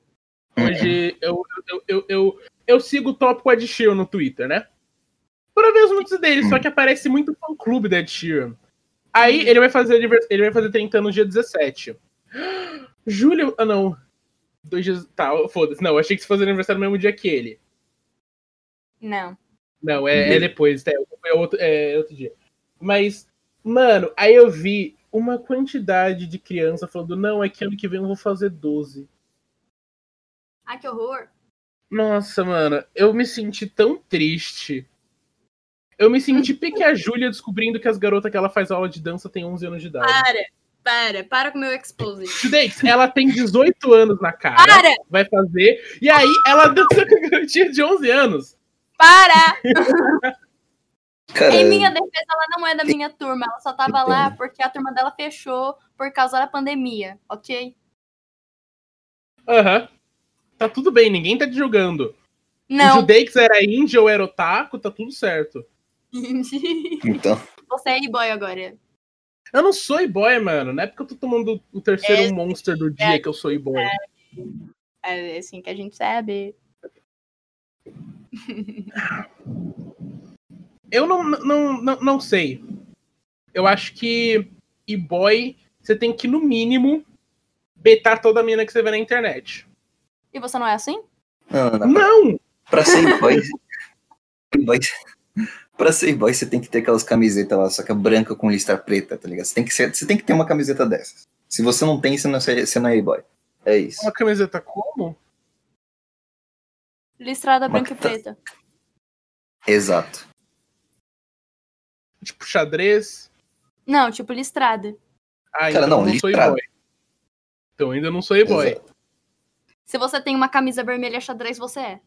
[SPEAKER 1] Hoje eu, eu, eu, eu, eu sigo o tópico Ed Sheeran no Twitter, né? Pra ver as notícias dele, só que aparece muito fã clube da Ed Sheeran. Aí ele vai fazer anivers- ele vai fazer 30 anos dia 17. Julho. Ah, não. Dois dias. Tá, foda-se. Não, eu achei que você fazia aniversário no mesmo dia que ele.
[SPEAKER 3] não.
[SPEAKER 1] Não, é, é depois, tá? é, outro, é outro dia. Mas, mano, aí eu vi uma quantidade de criança falando: não, é que ano que vem eu vou fazer 12.
[SPEAKER 3] Ai, que horror.
[SPEAKER 1] Nossa, mano, eu me senti tão triste. Eu me senti pique a Júlia descobrindo que as garotas que ela faz aula de dança têm 11 anos de idade.
[SPEAKER 3] Para, para, para com o meu expose.
[SPEAKER 1] Judex, ela tem 18 anos na cara,
[SPEAKER 3] Para,
[SPEAKER 1] vai fazer, e aí ela dança com a garotinha de 11 anos.
[SPEAKER 3] para!
[SPEAKER 4] Cara,
[SPEAKER 3] Em É minha defesa, ela não é da minha turma. Ela só tava
[SPEAKER 4] Entendo.
[SPEAKER 3] lá porque a turma dela fechou por causa da pandemia, ok?
[SPEAKER 1] Aham. Tá tudo bem, ninguém tá te julgando. O
[SPEAKER 3] Não.
[SPEAKER 1] Judex era índio ou era otaku, tá tudo certo.
[SPEAKER 3] Você
[SPEAKER 2] Então,
[SPEAKER 3] é e-boy agora.
[SPEAKER 1] Eu não sou e-boy, mano. Na época eu tô tomando o terceiro
[SPEAKER 3] É,
[SPEAKER 1] monster do dia que eu sou e-boy.
[SPEAKER 3] É assim que a gente sabe.
[SPEAKER 1] Eu não, não, não, não sei. Eu acho que e boy, você tem que, no mínimo, betar toda a mina que você vê na internet.
[SPEAKER 3] E você não é assim?
[SPEAKER 4] não, não, não.
[SPEAKER 1] Não!
[SPEAKER 4] Pra ser boy, boy. Pra ser boy, você tem que ter aquelas camisetas lá, só que é branca com listra preta, tá ligado? Você tem que, ser- você tem que ter uma camiseta dessas. Se você não tem, você não, é- você não é boy. É isso.
[SPEAKER 1] Uma camiseta como?
[SPEAKER 3] Listrada
[SPEAKER 4] Mas
[SPEAKER 3] branca e
[SPEAKER 4] tá-
[SPEAKER 3] preta.
[SPEAKER 4] Exato.
[SPEAKER 1] Tipo, xadrez?
[SPEAKER 3] Não, tipo listrada.
[SPEAKER 1] Ah,
[SPEAKER 4] Cara,
[SPEAKER 1] então
[SPEAKER 4] não,
[SPEAKER 1] eu não sou
[SPEAKER 4] listrado.
[SPEAKER 1] e-boy. Então ainda não sou e-boy.
[SPEAKER 4] Exato.
[SPEAKER 3] Se você tem uma camisa vermelha xadrez, você é.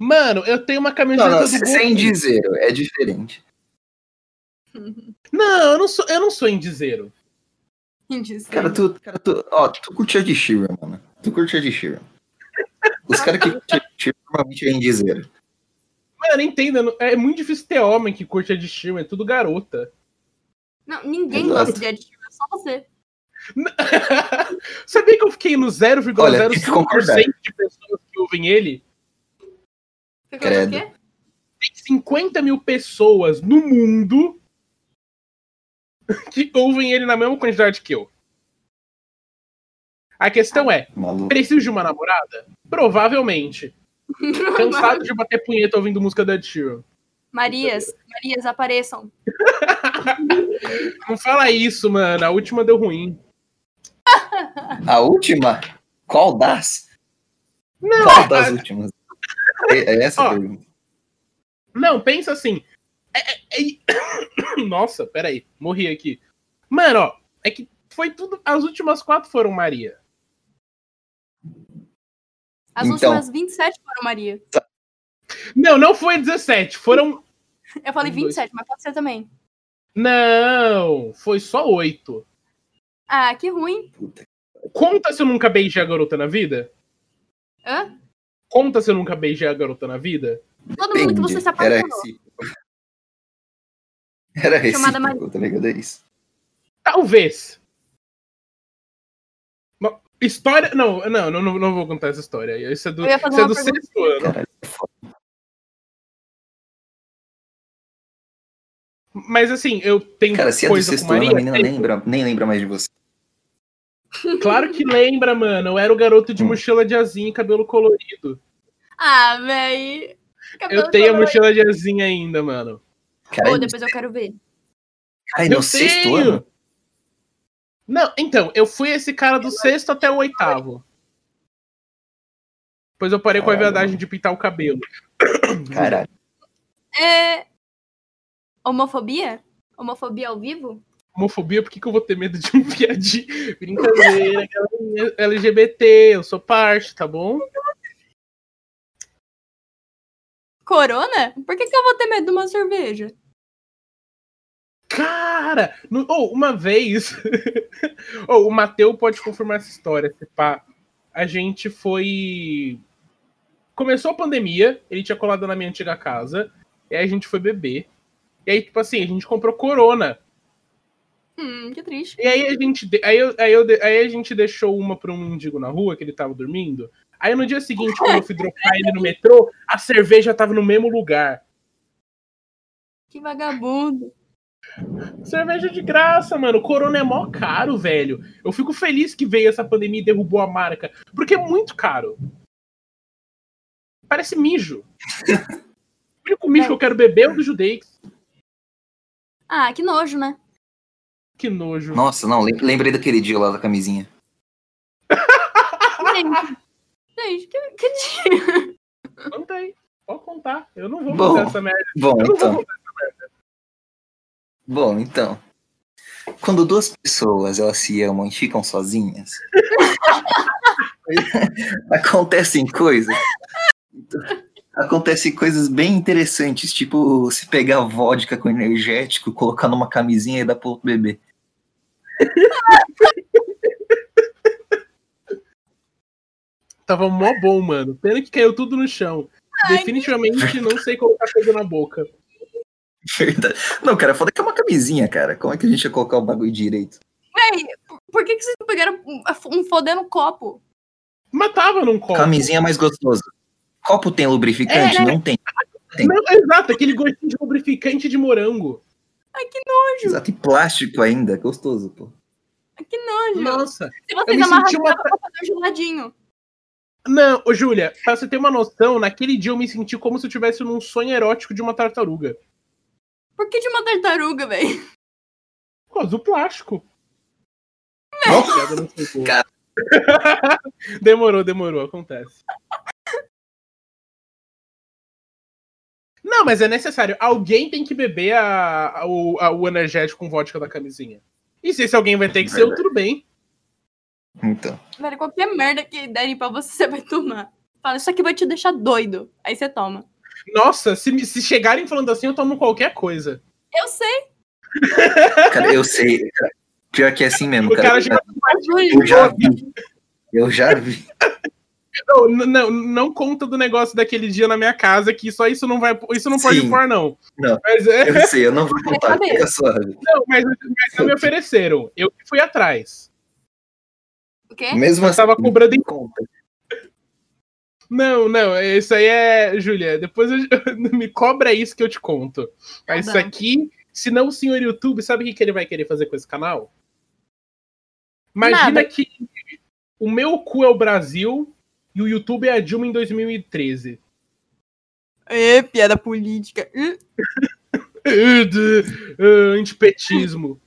[SPEAKER 1] Mano, eu tenho uma camiseta
[SPEAKER 4] Não, não,
[SPEAKER 1] do
[SPEAKER 4] se-
[SPEAKER 1] Goku.
[SPEAKER 4] sem dizer, é diferente.
[SPEAKER 1] Não, eu não sou, eu não sou indizeiro.
[SPEAKER 3] Indígena.
[SPEAKER 4] Cara, tu, cara, tu, ó, tu curte a de Sheeran, mano. Tu curte a de Sheeran. Os caras que curtem a de Sheeran normalmente vêm dizer.
[SPEAKER 1] Mano, entenda, não- é muito difícil ter homem que curte a de Shirley, é tudo garota.
[SPEAKER 3] Não, ninguém
[SPEAKER 4] Exato.
[SPEAKER 3] gosta de aditivo, é só você.
[SPEAKER 1] Sabia que eu fiquei no 0,05%
[SPEAKER 4] Olha, é tem que concordar.
[SPEAKER 1] de pessoas que ouvem ele?
[SPEAKER 3] Você
[SPEAKER 4] Credo.
[SPEAKER 3] colocou o quê?
[SPEAKER 1] tem 50 mil pessoas no mundo que ouvem ele na mesma quantidade que eu. A questão é,
[SPEAKER 4] Maluco.
[SPEAKER 1] preciso de uma namorada? Provavelmente. Cansado de bater punheta ouvindo música da Tio.
[SPEAKER 3] Marias, Marias, apareçam.
[SPEAKER 1] Não fala isso, mano. A última deu ruim.
[SPEAKER 4] A última? Qual das?
[SPEAKER 1] Não,
[SPEAKER 4] Qual das últimas? É, é essa
[SPEAKER 1] Ó,
[SPEAKER 4] a pergunta.
[SPEAKER 1] Não, pensa assim. É- é- é- Nossa, peraí, morri aqui. Mano, ó, é que foi tudo. As últimas quatro foram Maria.
[SPEAKER 3] As
[SPEAKER 4] Então.
[SPEAKER 3] últimas 27 foram Maria.
[SPEAKER 1] Não, não foi 17, foram
[SPEAKER 3] Eu falei
[SPEAKER 1] Um, dois.
[SPEAKER 3] 27, mas pode ser também.
[SPEAKER 1] Não, foi só oito.
[SPEAKER 3] Ah, que ruim.
[SPEAKER 1] Conta se eu nunca beijei a garota na vida?
[SPEAKER 3] Hã?
[SPEAKER 1] Conta se eu nunca beijei a garota na vida?
[SPEAKER 3] Todo mundo que você
[SPEAKER 4] Entendi.
[SPEAKER 3] se
[SPEAKER 4] Era
[SPEAKER 3] apaixonou.
[SPEAKER 4] recíproco. Era
[SPEAKER 3] Chamada
[SPEAKER 4] recíproco, tá ligado? É isso.
[SPEAKER 1] Talvez. Não, História. Não, não, não, não, não vou contar essa história. Isso é do,
[SPEAKER 3] Eu ia
[SPEAKER 1] isso
[SPEAKER 3] fazer
[SPEAKER 1] é
[SPEAKER 3] uma
[SPEAKER 1] do
[SPEAKER 3] pergunta.
[SPEAKER 1] sexto ano.
[SPEAKER 4] Caralho, é foda.
[SPEAKER 1] Mas assim, eu tenho
[SPEAKER 4] Cara, se é do
[SPEAKER 1] coisa com
[SPEAKER 4] sexto ano,
[SPEAKER 1] Maria.
[SPEAKER 4] a menina lembra, nem lembra mais de você.
[SPEAKER 1] Claro que lembra, mano. Eu era o garoto de
[SPEAKER 4] Hum.
[SPEAKER 1] mochila de azinha e cabelo colorido.
[SPEAKER 3] Ah, véi.
[SPEAKER 1] Eu tenho a mochila de azinha ainda, mano.
[SPEAKER 4] Cara,
[SPEAKER 3] Pô, depois eu quero ver.
[SPEAKER 4] cara,
[SPEAKER 1] eu
[SPEAKER 4] É no sexto
[SPEAKER 1] tenho!
[SPEAKER 4] ano?
[SPEAKER 1] Não, então, eu fui esse cara do sexto até o oitavo. Depois eu parei com a
[SPEAKER 4] Caralho.
[SPEAKER 1] viadagem de pintar o cabelo.
[SPEAKER 4] Caralho.
[SPEAKER 3] É... Homofobia? Homofobia ao vivo?
[SPEAKER 1] Homofobia, por que, que eu vou ter medo de um viadinho? Brincadeira, galerinha LGBT, eu sou parte, tá bom?
[SPEAKER 3] Corona? Por que, que eu vou ter medo de uma cerveja?
[SPEAKER 1] Cara! no- ou uma vez. ou o Mateu pode confirmar essa história, se pá. A gente foi. Começou a pandemia, ele tinha colado na minha antiga casa. E aí a gente foi beber. E aí, tipo assim, a gente comprou corona.
[SPEAKER 3] Hum, que triste.
[SPEAKER 1] E aí a gente, de- aí, eu- aí, eu de- aí a gente deixou uma pra um mendigo na rua que ele tava dormindo. Aí no dia seguinte, quando eu fui dropar ele no metrô, a cerveja tava no mesmo lugar.
[SPEAKER 3] Que vagabundo.
[SPEAKER 1] Cerveja de graça, mano. Corona é mó caro, velho. Eu fico feliz que veio essa pandemia e derrubou a marca, porque é muito caro. Parece mijo. o único mijo que eu quero beber é o do Judeix.
[SPEAKER 3] Ah, que nojo, né?
[SPEAKER 1] Que nojo.
[SPEAKER 4] Nossa, não, lem- lembrei daquele dia lá da camisinha.
[SPEAKER 3] Gente, gente que, que dia.
[SPEAKER 1] Conta aí. Pode contar. Eu não vou
[SPEAKER 4] Bom.
[SPEAKER 1] contar essa merda.
[SPEAKER 4] Bom,
[SPEAKER 1] Eu não vou
[SPEAKER 4] então.
[SPEAKER 1] contar.
[SPEAKER 4] Bom, então. Quando duas pessoas elas se amam e ficam sozinhas, acontecem coisas. Acontecem coisas bem interessantes, tipo se pegar vodka com energético, colocar numa camisinha e dar pro outro bebê.
[SPEAKER 1] Tava mó bom, mano. Pena que caiu tudo no chão. Definitivamente não sei colocar coisa na boca.
[SPEAKER 4] Verdade. Não, cara, foda que é uma camisinha, cara. Como é que a gente ia colocar o bagulho direito?
[SPEAKER 3] Por que, que vocês não pegaram um- um fodendo copo?
[SPEAKER 1] Matava num copo.
[SPEAKER 4] Camisinha é mais gostoso. Copo tem lubrificante?
[SPEAKER 3] É.
[SPEAKER 4] Não tem.
[SPEAKER 1] Não, exato, aquele gostinho de lubrificante de morango.
[SPEAKER 4] Exato, e plástico ainda, é gostoso, pô.
[SPEAKER 3] Ah, Que nojo.
[SPEAKER 1] Nossa.
[SPEAKER 3] Se
[SPEAKER 1] Eu
[SPEAKER 3] vocês
[SPEAKER 1] me senti
[SPEAKER 3] amarrassem,
[SPEAKER 1] uma.
[SPEAKER 3] dava pra fazer um geladinho.
[SPEAKER 1] Não, ô Júlia, pra você ter uma noção, naquele dia eu me senti como se eu estivesse num sonho erótico de uma tartaruga.
[SPEAKER 3] Por que de uma tartaruga, velho?
[SPEAKER 1] Por causa do plástico.
[SPEAKER 4] Nossa.
[SPEAKER 1] Piada não foi boa. demorou, demorou, acontece. Não, mas é necessário. Alguém tem que beber a- a- o, a- o energético com vodka da camisinha. E se esse alguém vai ter que ser, eu, tudo bem.
[SPEAKER 4] Então.
[SPEAKER 3] Velho, qualquer merda que derem pra você, você vai tomar. Fala, isso aqui vai te deixar doido. Aí você toma.
[SPEAKER 1] Nossa, se, me- se chegarem falando assim, eu tomo qualquer coisa.
[SPEAKER 3] Eu sei,
[SPEAKER 4] Cara, eu sei. cara. Pior que é assim mesmo,
[SPEAKER 1] O
[SPEAKER 4] cara.
[SPEAKER 1] cara já-
[SPEAKER 3] Júlio.
[SPEAKER 4] Eu já vi. Eu já vi.
[SPEAKER 1] Não, n- não, não conta do negócio daquele dia na minha casa, que só isso não vai. Isso não pode
[SPEAKER 4] Sim.
[SPEAKER 1] pôr, não.
[SPEAKER 4] Não.
[SPEAKER 1] Mas é.
[SPEAKER 4] Eu sei, eu não vou contar.
[SPEAKER 3] Brincadeira.
[SPEAKER 4] Fica suave.
[SPEAKER 1] Não, mas, mas não me ofereceram. Eu que fui atrás.
[SPEAKER 3] O quê?
[SPEAKER 4] Mesmo assim.
[SPEAKER 1] Tava cobrando em.
[SPEAKER 4] conta.
[SPEAKER 1] Não, não, isso aí é. Júlia, depois eu- me cobra isso que eu te conto. Mas
[SPEAKER 3] Tá
[SPEAKER 1] isso
[SPEAKER 3] bom.
[SPEAKER 1] aqui, se não o senhor YouTube, sabe o que, que ele vai querer fazer com esse canal? Imagina
[SPEAKER 3] Nada.
[SPEAKER 1] que o meu cu é o Brasil e o YouTube é a Dilma em 2013.
[SPEAKER 3] É, piada política. Hum.
[SPEAKER 1] Eh, de- eh, Antipetismo.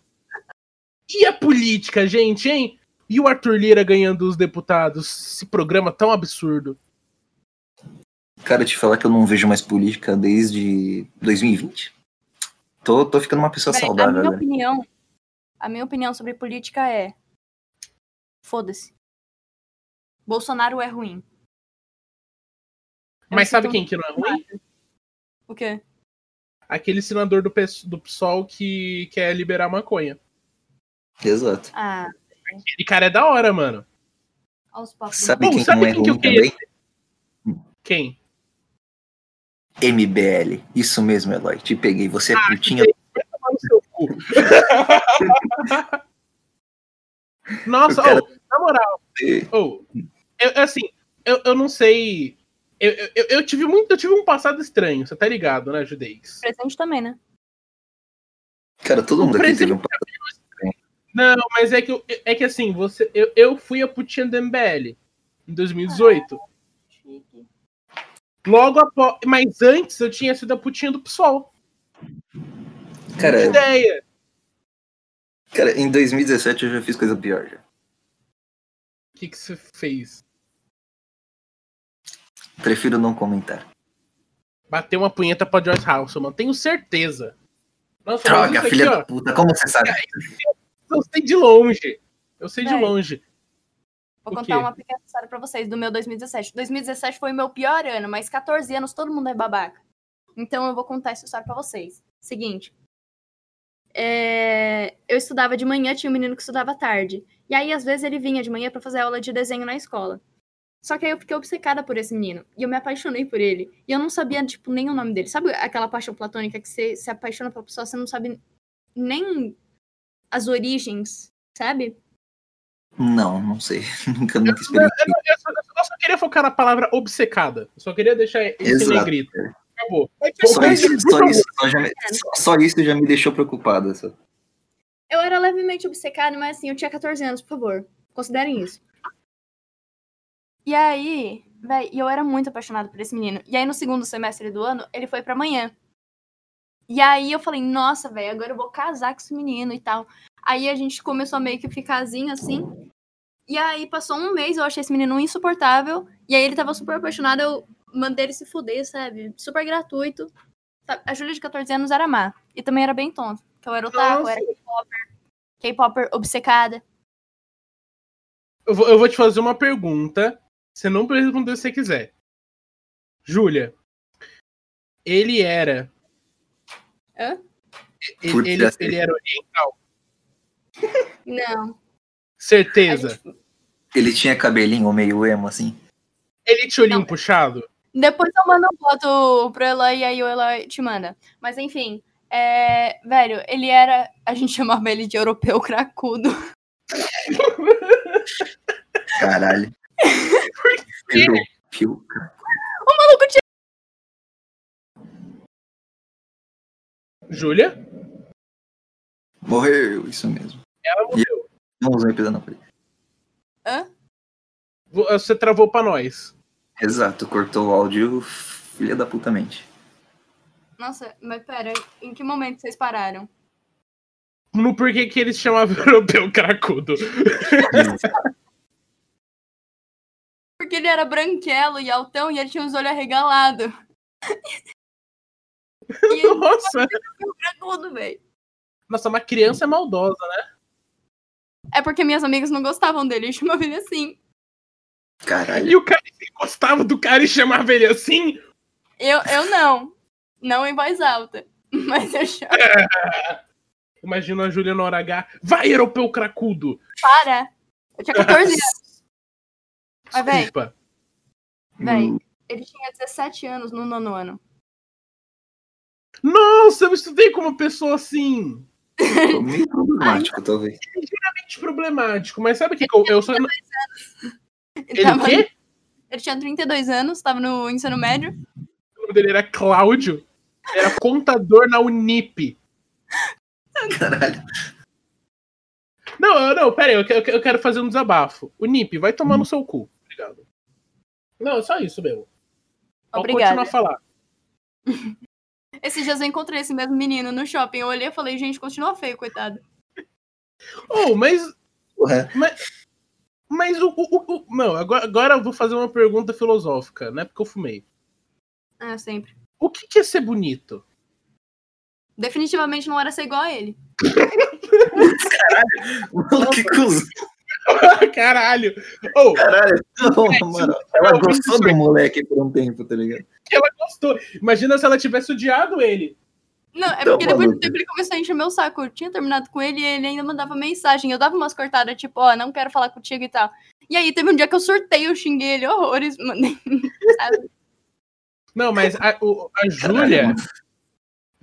[SPEAKER 1] E a política, gente, hein? E o Arthur Lira ganhando os deputados? Esse programa tão absurdo.
[SPEAKER 4] Cara, te falar que eu não vejo mais política desde 2020. Tô, tô né? ficando uma pessoa
[SPEAKER 3] Véi, a
[SPEAKER 4] saudável,
[SPEAKER 3] minha
[SPEAKER 4] velho.
[SPEAKER 3] opinião, a minha opinião sobre política é foda-se. Bolsonaro é ruim. Eu
[SPEAKER 1] Mas sabe
[SPEAKER 3] sinto-
[SPEAKER 1] quem que não é ruim?
[SPEAKER 3] O quê?
[SPEAKER 1] Aquele senador do, PS do PSOL que quer liberar maconha.
[SPEAKER 4] Exato.
[SPEAKER 3] Ah,
[SPEAKER 1] Aquele cara é da hora, mano.
[SPEAKER 3] aos papos.
[SPEAKER 4] Sabe
[SPEAKER 1] Bom,
[SPEAKER 4] quem
[SPEAKER 1] sabe
[SPEAKER 4] não é
[SPEAKER 1] quem que eu
[SPEAKER 4] ruim também?
[SPEAKER 1] Quem?
[SPEAKER 4] MBL. Isso mesmo, Eloy. Te peguei. Você
[SPEAKER 1] Ah,
[SPEAKER 4] é putinha.
[SPEAKER 1] Fala no seu cu. Nossa,
[SPEAKER 4] Eu quero-
[SPEAKER 1] ô, na moral,
[SPEAKER 4] Você-
[SPEAKER 1] ô, eu- assim, eu, eu não sei. Eu, eu, eu tive muito, eu tive um passado estranho, você tá ligado, né, Judeix?
[SPEAKER 3] Presente também, né?
[SPEAKER 4] Cara, todo mundo aqui teve um papo.
[SPEAKER 1] Não, mas é que, eu- é que assim, você, eu, eu fui a putinha do MBL em 2018.
[SPEAKER 3] Chique.
[SPEAKER 1] Logo após. Mas antes eu tinha sido a putinha do PSOL. Que
[SPEAKER 4] Cara,
[SPEAKER 1] ideia!
[SPEAKER 4] cara, em 2017 eu já fiz coisa pior. Já.
[SPEAKER 1] O que que você fez?
[SPEAKER 4] Prefiro não comentar.
[SPEAKER 1] Bateu uma punheta pra Joyce Halseman, tenho certeza. Nossa, mas
[SPEAKER 4] Droga,
[SPEAKER 1] isso
[SPEAKER 4] filha
[SPEAKER 1] aqui,
[SPEAKER 4] da puta. Como você sabe?
[SPEAKER 1] ó, eu sei de longe. Eu sei de
[SPEAKER 3] Véi.
[SPEAKER 1] longe.
[SPEAKER 3] Vou
[SPEAKER 1] O
[SPEAKER 3] contar
[SPEAKER 1] quê?
[SPEAKER 3] uma pequena história pra vocês do meu 2017. 2017 foi o meu pior ano, mas 14 anos todo mundo é babaca. Então eu vou contar essa história pra vocês. Seguinte. É, Eu estudava de manhã, tinha um menino que estudava à tarde. E aí, às vezes, ele vinha de manhã pra fazer aula de desenho na escola. Só que aí eu fiquei obcecada por esse menino. E eu me apaixonei por ele. E eu não sabia, tipo, nem o nome dele. Sabe aquela paixão platônica que você se apaixona pela pessoa, você não sabe nem as origens, sabe?
[SPEAKER 4] Não, não sei. Nunca, nunca
[SPEAKER 1] Eu, eu-
[SPEAKER 4] experimentei.
[SPEAKER 1] eu só, eu só queria focar na palavra obcecada. Eu só queria deixar esse
[SPEAKER 4] Exato.
[SPEAKER 1] negrito. Acabou.
[SPEAKER 4] Só isso,
[SPEAKER 1] Por
[SPEAKER 4] só,
[SPEAKER 1] favor.
[SPEAKER 4] isso, só, já me, só- só isso já me deixou preocupada. sabe?
[SPEAKER 3] Eu era levemente obcecada, mas assim, eu tinha 14 anos, por favor. Considerem isso. E aí, véi, e eu era muito apaixonada por esse menino. E aí, no segundo semestre do ano, ele foi pra manhã. E aí eu falei, nossa, véi, agora eu vou casar com esse menino e tal. Aí a gente começou a meio que ficarzinho assim. E aí passou um mês, eu achei esse menino insuportável. E aí ele tava super apaixonado, eu mandei ele se fuder, sabe? Super gratuito. Sabe, A Júlia de 14 anos era má. E também era bem tonta. é Porque eu era otaku,
[SPEAKER 1] Nossa.
[SPEAKER 3] era K-popper obcecada.
[SPEAKER 1] Eu vou, eu vou te fazer uma pergunta. Você não precisa responder se você quiser. Júlia. Ele era.
[SPEAKER 3] Hã?
[SPEAKER 1] E- Ele,
[SPEAKER 4] Putz,
[SPEAKER 1] ele,
[SPEAKER 4] já sei.
[SPEAKER 1] era oriental?
[SPEAKER 3] Não. a
[SPEAKER 1] Certeza.
[SPEAKER 3] gente-
[SPEAKER 4] Ele tinha cabelinho meio emo, assim.
[SPEAKER 1] Ele tinha olhinho
[SPEAKER 3] Não.
[SPEAKER 1] puxado?
[SPEAKER 3] Depois eu mando foto pro Eloy e aí o Eloy te manda. Mas enfim, é, velho, ele era. A gente chamava ele de europeu cracudo.
[SPEAKER 4] Caralho. Pedro, fio.
[SPEAKER 1] Júlia?
[SPEAKER 4] Morreu, isso mesmo.
[SPEAKER 1] É, Ela morreu.
[SPEAKER 4] Vamos ver pisando na frente.
[SPEAKER 1] Vo- Você travou pra nós.
[SPEAKER 4] Exato, cortou o áudio, filha da puta mente.
[SPEAKER 3] Nossa, mas pera, em que momento vocês pararam?
[SPEAKER 1] No porquê que ele se chamava europeu cracudo.
[SPEAKER 3] Porque ele era branquelo e altão e ele tinha os olhos arregalados. e ele era
[SPEAKER 1] Nossa.
[SPEAKER 3] cracudo, velho.
[SPEAKER 1] Nossa, uma criança é maldosa.
[SPEAKER 3] É porque minhas amigas não gostavam dele e chamavam ele assim.
[SPEAKER 4] Caralho.
[SPEAKER 1] E o cara que gostava do cara e chamava ele assim?
[SPEAKER 3] Eu, eu não. Não em voz alta. Mas eu chamo.
[SPEAKER 1] Imagina a Júlia na hora H. Vai, europeu cracudo!
[SPEAKER 3] Para! Eu tinha 14 anos. Mas, véi,
[SPEAKER 1] Desculpa.
[SPEAKER 3] Véi, ele tinha 17 anos no nono ano.
[SPEAKER 1] Nossa, eu estudei com uma pessoa assim.
[SPEAKER 4] Ficou meio problemático, talvez.
[SPEAKER 1] Gente, problemático. Mas sabe o que que eu, eu só.
[SPEAKER 3] Ele,
[SPEAKER 1] Ele
[SPEAKER 3] tava,
[SPEAKER 1] o quê?
[SPEAKER 3] ele tinha 32 anos, tava no ensino médio.
[SPEAKER 1] O nome dele era Cláudio. Ele Era contador na Unip.
[SPEAKER 4] Caralho.
[SPEAKER 1] Não, eu- não, pera aí, eu, que- eu que- eu quero fazer um desabafo. Unip, vai tomar no seu cu. Obrigado. Não, é só isso mesmo. Pode continuar
[SPEAKER 3] Obrigada.
[SPEAKER 1] a falar.
[SPEAKER 3] Esses dias eu encontrei esse mesmo menino no shopping. Eu olhei e falei, gente, continua feio, coitado.
[SPEAKER 1] Oh, mas
[SPEAKER 4] Porra.
[SPEAKER 1] Mas o. o, o- o- não, agora, agora eu vou fazer uma pergunta filosófica, né? Porque eu fumei.
[SPEAKER 3] Ah, sempre.
[SPEAKER 1] O que, que é ser bonito?
[SPEAKER 3] Definitivamente não era ser igual a ele.
[SPEAKER 4] Mano, que cuzão.
[SPEAKER 1] Caralho! Oh, Ou,
[SPEAKER 4] Caralho. Não, mano. Ela gostou do moleque por um tempo, tá ligado?
[SPEAKER 1] ela gostou. Imagina se ela tivesse odiado ele.
[SPEAKER 3] Não, é
[SPEAKER 4] Então,
[SPEAKER 3] porque depois de um
[SPEAKER 4] maluco.
[SPEAKER 3] tempo ele começou a encher meu saco. Eu tinha terminado com ele e ele ainda mandava mensagem. Eu dava umas cortadas, tipo, ó, não quero falar contigo e tal. E aí teve um dia que eu surtei, eu xinguei ele horrores. Mandei, sabe?
[SPEAKER 1] Não, mas a, o- a
[SPEAKER 4] Caralho,
[SPEAKER 1] Júlia.
[SPEAKER 4] mano.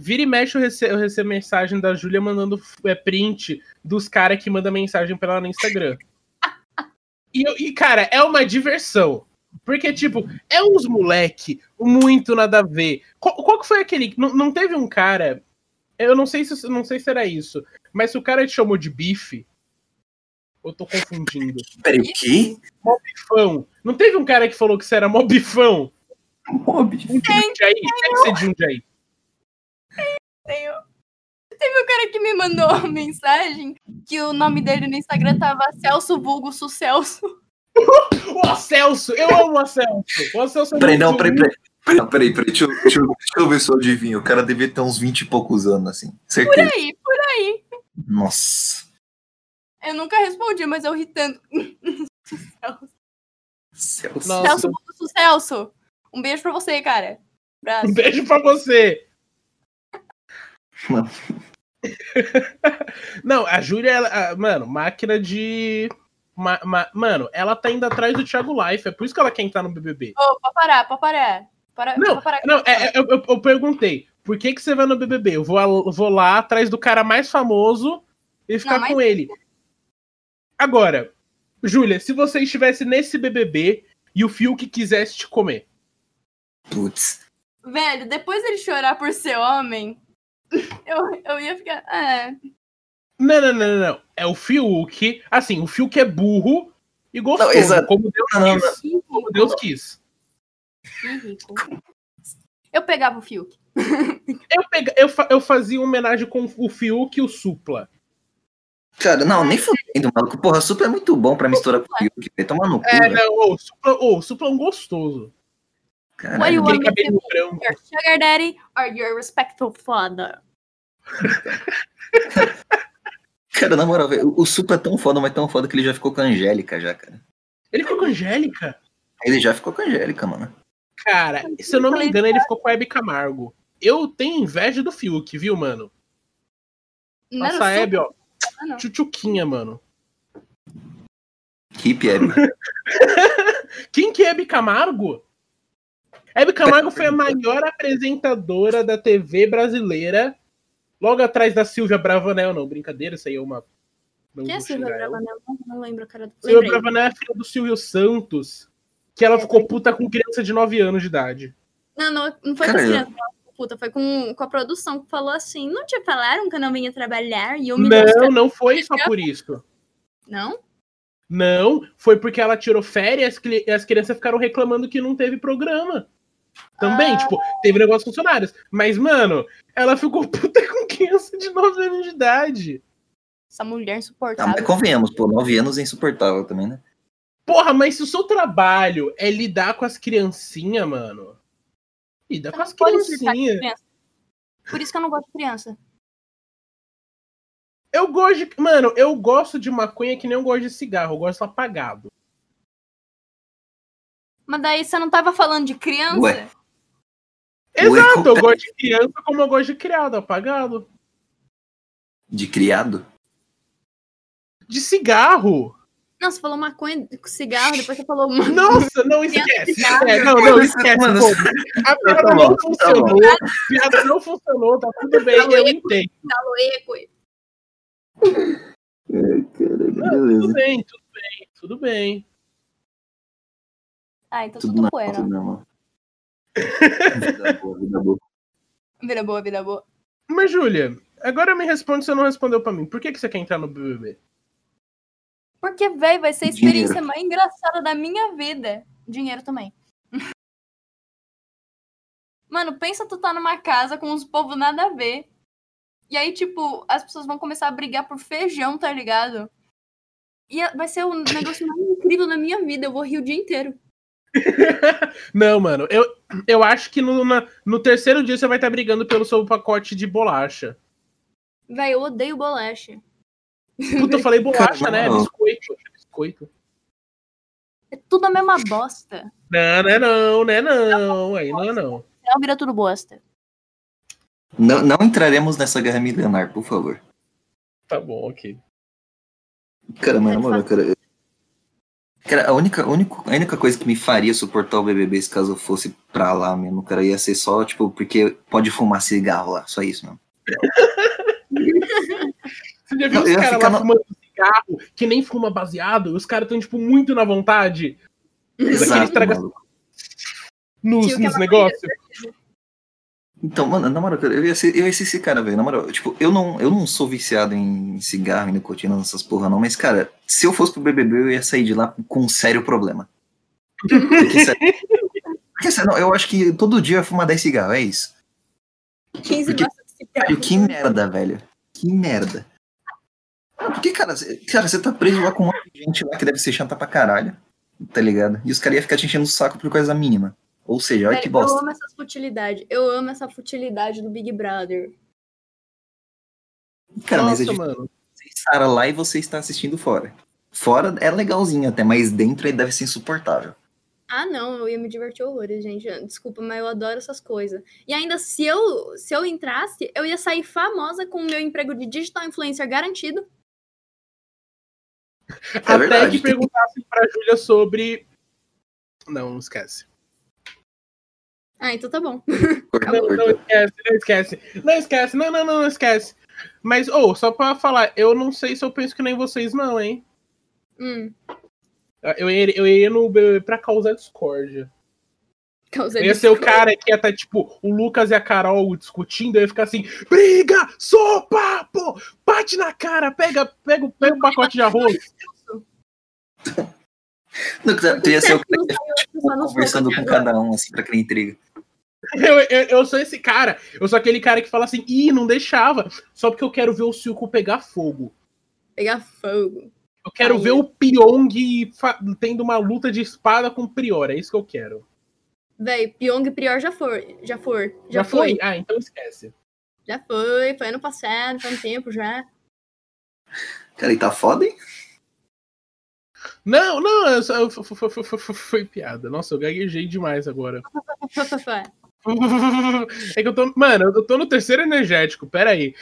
[SPEAKER 1] Vira e mexe, eu rece- eu recebo, mensagem da Júlia mandando é, print dos caras que mandam mensagem pra ela no Instagram. E, eu- e, cara, é uma diversão. Porque, tipo, é uns moleque muito nada a ver. Qual, qual que foi aquele. Não, não teve um cara. Eu não sei se não sei se era isso. Mas se o cara te chamou de bife. Eu tô confundindo.
[SPEAKER 4] Peraí, o quê?
[SPEAKER 1] Bifão. Não teve um cara que falou que você era mó bifão?
[SPEAKER 4] Mob?
[SPEAKER 1] Um de Jundiaí? Deve ser de Jundiaí.
[SPEAKER 3] Tenho... Teve um cara que me mandou uma mensagem que o nome dele no Instagram tava Celso Vulgo Sucelso.
[SPEAKER 1] O Celso, eu amo o Celso. O Celso é
[SPEAKER 4] Peraí,
[SPEAKER 1] muito
[SPEAKER 4] não, peraí, peraí. Peraí, peraí, peraí. Deixa, eu, deixa, eu, deixa eu ver se eu adivinho. O cara devia ter uns 20 e poucos anos, assim.
[SPEAKER 3] Por
[SPEAKER 4] Certeza.
[SPEAKER 3] aí, por aí.
[SPEAKER 4] Nossa.
[SPEAKER 3] Eu nunca respondi, mas eu ri tanto.
[SPEAKER 4] Celso.
[SPEAKER 1] Nossa.
[SPEAKER 3] Celso Vulgo Sucelso. Um beijo pra você, cara. Abraço.
[SPEAKER 1] Um beijo pra você.
[SPEAKER 4] Mano.
[SPEAKER 1] Não, a Júlia, ela- a- mano, máquina de. ma- ma- mano, ela tá indo atrás do Thiago Life. É por isso que ela quer entrar no BBB.
[SPEAKER 3] Ô, pode parar, pode parar. Para, pode parar.
[SPEAKER 1] Não, é- é- eu, eu- eu perguntei. Por que, que você vai no BBB? Eu vou, a- vou lá atrás do cara mais famoso e ficar
[SPEAKER 3] Não, mas-
[SPEAKER 1] com ele. Agora, Júlia, se você estivesse nesse BBB e o Fiuk quisesse te comer,
[SPEAKER 4] Putz.
[SPEAKER 3] Velho, depois ele chorar por ser homem, eu, eu ia ficar. É.
[SPEAKER 1] Não, não, não, não, não. É o Fiuk. Assim, o Fiuk é burro e gostoso.
[SPEAKER 4] Não, exato.
[SPEAKER 1] como Deus
[SPEAKER 4] Não, não,
[SPEAKER 1] quis.
[SPEAKER 3] Que rico,
[SPEAKER 1] Como Deus quis.
[SPEAKER 3] que rico. Eu pegava o Fiuk.
[SPEAKER 1] Eu, pega, eu, fa- eu fazia uma homenagem com o Fiuk e o Supla.
[SPEAKER 4] Cara, não, nem fudendo, maluco. Porra, super é muito bom pra misturar com o Fiuk, velho. Toma no cu,
[SPEAKER 1] É,
[SPEAKER 4] velho.
[SPEAKER 1] não, ô, o Supla, ô, o Supla é um gostoso.
[SPEAKER 3] Olha
[SPEAKER 4] Caralho.
[SPEAKER 3] o
[SPEAKER 1] Aquele
[SPEAKER 3] homem
[SPEAKER 1] cabelo branco.
[SPEAKER 3] Your sugar daddy or your respectful father?
[SPEAKER 4] Cara, na moral, velho, o Supla é tão foda, mas tão foda que ele já ficou com a Angélica já, cara.
[SPEAKER 1] Ele ficou com a Angélica?
[SPEAKER 4] Ele já ficou com a Angélica, mano.
[SPEAKER 1] Cara, se eu não me engano, ele ficou com a Hebe Camargo. Eu tenho inveja do Fiuk, viu, mano?
[SPEAKER 3] Não era
[SPEAKER 1] Nossa, a
[SPEAKER 3] o
[SPEAKER 1] Hebe, ó.
[SPEAKER 3] Ah, não.
[SPEAKER 1] Tchutchuquinha, mano.
[SPEAKER 4] Hip Hebe.
[SPEAKER 1] Quem que é Hebe Camargo? Hebe Camargo foi a maior apresentadora da TV brasileira, logo atrás da Silvia Bravanel. Não, brincadeira, isso aí é uma. Não
[SPEAKER 3] Quem é
[SPEAKER 1] vou
[SPEAKER 3] Silvia
[SPEAKER 1] xingar ela.
[SPEAKER 3] Bravanel? Não, não lembro a cara do.
[SPEAKER 1] Silvia
[SPEAKER 3] Lembrei. É,
[SPEAKER 1] Bravanel é a filha do Silvio Santos, que ela ficou puta com criança de 9 anos de idade.
[SPEAKER 3] Não, não, não foi com
[SPEAKER 4] Cara,
[SPEAKER 3] as crianças. não, Puta, foi com, com a produção que falou assim: não te falaram que eu não vinha trabalhar e eu me
[SPEAKER 1] Não, não foi só por isso.
[SPEAKER 3] Não?
[SPEAKER 1] Não, foi porque ela tirou férias que- e as crianças ficaram reclamando que não teve programa. Também,
[SPEAKER 3] Ah.
[SPEAKER 1] tipo, teve negócio de funcionários. Mas, mano, ela ficou puta com criança de 9 anos de idade.
[SPEAKER 3] Essa mulher
[SPEAKER 4] Ah, mas
[SPEAKER 3] insuportável.
[SPEAKER 4] convenhamos, pô, nove anos é insuportável também, né?
[SPEAKER 1] Porra, mas se o seu trabalho é lidar com as criancinhas, mano. Lidar com
[SPEAKER 3] Não
[SPEAKER 1] as
[SPEAKER 3] pode surtar com
[SPEAKER 1] criancinhas.
[SPEAKER 3] criança. Por isso que eu não gosto de criança.
[SPEAKER 1] Eu gosto de. Mano, eu gosto de maconha que nem eu gosto de cigarro. Eu gosto apagado.
[SPEAKER 3] Mas daí você não tava falando de criança?
[SPEAKER 4] Ué. Ué,
[SPEAKER 1] Exato, eu
[SPEAKER 4] como-
[SPEAKER 1] gosto de criança como eu gosto de criado, apagado.
[SPEAKER 4] De criado?
[SPEAKER 1] De cigarro.
[SPEAKER 3] Não, você falou maconha com cigarro, depois você falou.
[SPEAKER 1] Nossa, não esquece. esquece. Não, não, esquece.
[SPEAKER 4] Mano,
[SPEAKER 1] pô. A piada
[SPEAKER 4] tá
[SPEAKER 1] não
[SPEAKER 4] bom, tá
[SPEAKER 1] funcionou. A piada não funcionou, tá tudo bem, eu entendo.
[SPEAKER 3] Aloe, coi.
[SPEAKER 1] Tudo
[SPEAKER 4] Beleza.
[SPEAKER 1] bem, tudo bem, tudo bem.
[SPEAKER 3] Ah, então
[SPEAKER 4] Tudo na
[SPEAKER 3] tudo poeira.
[SPEAKER 4] tudo na mão. Vida boa, vida boa.
[SPEAKER 3] Vida boa, vida boa.
[SPEAKER 1] Mas, Júlia, agora me responde se você não respondeu pra mim. Por que, que você quer entrar no BBB?
[SPEAKER 3] Porque, velho, vai ser a experiência
[SPEAKER 4] Dinheiro.
[SPEAKER 3] mais engraçada da minha vida. Dinheiro também. Mano, pensa tu tá numa casa com uns povos nada a ver. E aí, tipo, as pessoas vão começar a brigar por feijão, tá ligado? E é- vai ser o negócio mais incrível da minha vida. Eu vou rir o dia inteiro.
[SPEAKER 1] Não, mano, eu, eu acho que no, na- no terceiro dia você vai estar brigando pelo seu pacote de bolacha.
[SPEAKER 3] Véi, eu odeio bolacha.
[SPEAKER 1] Puta, eu falei bolacha,
[SPEAKER 4] Cara,
[SPEAKER 1] né?
[SPEAKER 4] não.
[SPEAKER 1] Biscoito. Biscoito.
[SPEAKER 3] É tudo a mesma bosta.
[SPEAKER 1] Não, não é não, não é não. Aí não é não.
[SPEAKER 3] Não vira tudo bosta.
[SPEAKER 4] Não, não entraremos nessa guerra milenar, por favor.
[SPEAKER 1] Tá bom, ok.
[SPEAKER 4] Cara, mas na
[SPEAKER 3] Ai,
[SPEAKER 4] moral, cara. eu- Cara, a única, único, a única coisa que me faria suportar o BBB se caso eu fosse pra lá mesmo, cara, ia ser só, tipo, porque pode fumar cigarro lá, só isso, mano.
[SPEAKER 1] Você já viu
[SPEAKER 4] Eu
[SPEAKER 1] os
[SPEAKER 4] ia
[SPEAKER 1] caras lá
[SPEAKER 4] ficar no-
[SPEAKER 1] fumando cigarro, que nem fuma baseado, e os caras estão, tipo, muito na vontade
[SPEAKER 4] Exato,
[SPEAKER 1] estraga-
[SPEAKER 4] mano.
[SPEAKER 1] nos,
[SPEAKER 3] Tio que é
[SPEAKER 1] nos
[SPEAKER 3] maconheiro.
[SPEAKER 1] negócios?
[SPEAKER 4] Então, mano, na moral, cara, eu ia ser, eu ia ser esse cara, velho. Na moral, tipo, eu não, eu não sou viciado em cigarro, em nicotina, nessas porra, não. Mas, cara, se eu fosse pro BBB, eu ia sair de lá com um sério problema. Porque, sério, porque, sério, não, eu acho que todo dia eu ia fumar 10 cigarros, é isso.
[SPEAKER 3] 15
[SPEAKER 4] Porque-
[SPEAKER 3] bosta de
[SPEAKER 4] Velho,
[SPEAKER 3] cigarro.
[SPEAKER 4] que merda, velho. Que merda. Ah, Porque, cara, cê- cara, você tá preso lá com um monte de gente lá que deve ser chata pra caralho, tá ligado? E os caras iam ficar te enchendo o saco por coisa mínima. Ou seja, olha
[SPEAKER 3] Velho,
[SPEAKER 4] que
[SPEAKER 3] Eu
[SPEAKER 4] bosta.
[SPEAKER 3] amo essa futilidade. Eu amo essa futilidade do Big Brother.
[SPEAKER 4] Cara, mas é
[SPEAKER 1] Nossa,
[SPEAKER 4] difícil.
[SPEAKER 1] mano.
[SPEAKER 4] Você está lá e você está assistindo fora. Fora é legalzinho até, mas dentro aí deve ser insuportável.
[SPEAKER 3] Ah, não, eu ia me divertir horrores, gente. Desculpa, mas eu adoro essas coisas. E ainda, se eu, se eu entrasse, eu ia sair famosa com o meu emprego de digital influencer garantido.
[SPEAKER 1] Até
[SPEAKER 4] é verdade,
[SPEAKER 1] que
[SPEAKER 4] tem-
[SPEAKER 1] perguntassem pra Júlia sobre. Não, não esquece.
[SPEAKER 3] Ah, então tá bom.
[SPEAKER 4] Tá
[SPEAKER 1] Não, não esquece, não esquece. Não esquece, não, não, não, não esquece. Mas, ou, só pra falar, eu não sei se eu penso que nem vocês, não, hein?
[SPEAKER 3] Hum,
[SPEAKER 1] Eu iria, eu iria no BBB pra causar discórdia.
[SPEAKER 3] causa
[SPEAKER 1] Eu ia
[SPEAKER 3] de-
[SPEAKER 1] ser o cara que ia estar, tipo, o Lucas e a Carol discutindo, eu ia ficar assim, briga, sopa, pô, bate na cara, pega, pega, o- pega o pacote de arroz.
[SPEAKER 4] Não, tu tu ia ser o cara que
[SPEAKER 3] Não saiu
[SPEAKER 4] conversando com cada um, assim, pra criar intriga.
[SPEAKER 1] Eu, eu, eu sou esse cara, eu sou aquele cara que fala assim, ih, não deixava, só porque eu quero ver o Silco pegar fogo.
[SPEAKER 3] Pegar fogo.
[SPEAKER 1] Eu quero
[SPEAKER 3] Aí.
[SPEAKER 1] ver o Pyong fa- tendo uma luta de espada com o Prior, é isso que eu quero.
[SPEAKER 3] Véi, Pyong e Prior já foi. Já foi.
[SPEAKER 1] Já, foi? Ah, então esquece.
[SPEAKER 3] Já foi. Foi ano passado, foi um tempo já.
[SPEAKER 4] Cara, e tá foda, hein?
[SPEAKER 1] Não, não, eu só- eu- foi, foi- foi- foi- foi- foi piada. Nossa, eu gaguejei demais agora.
[SPEAKER 3] Fafafá.
[SPEAKER 1] É que eu tô. Mano, eu tô no terceiro energético, peraí.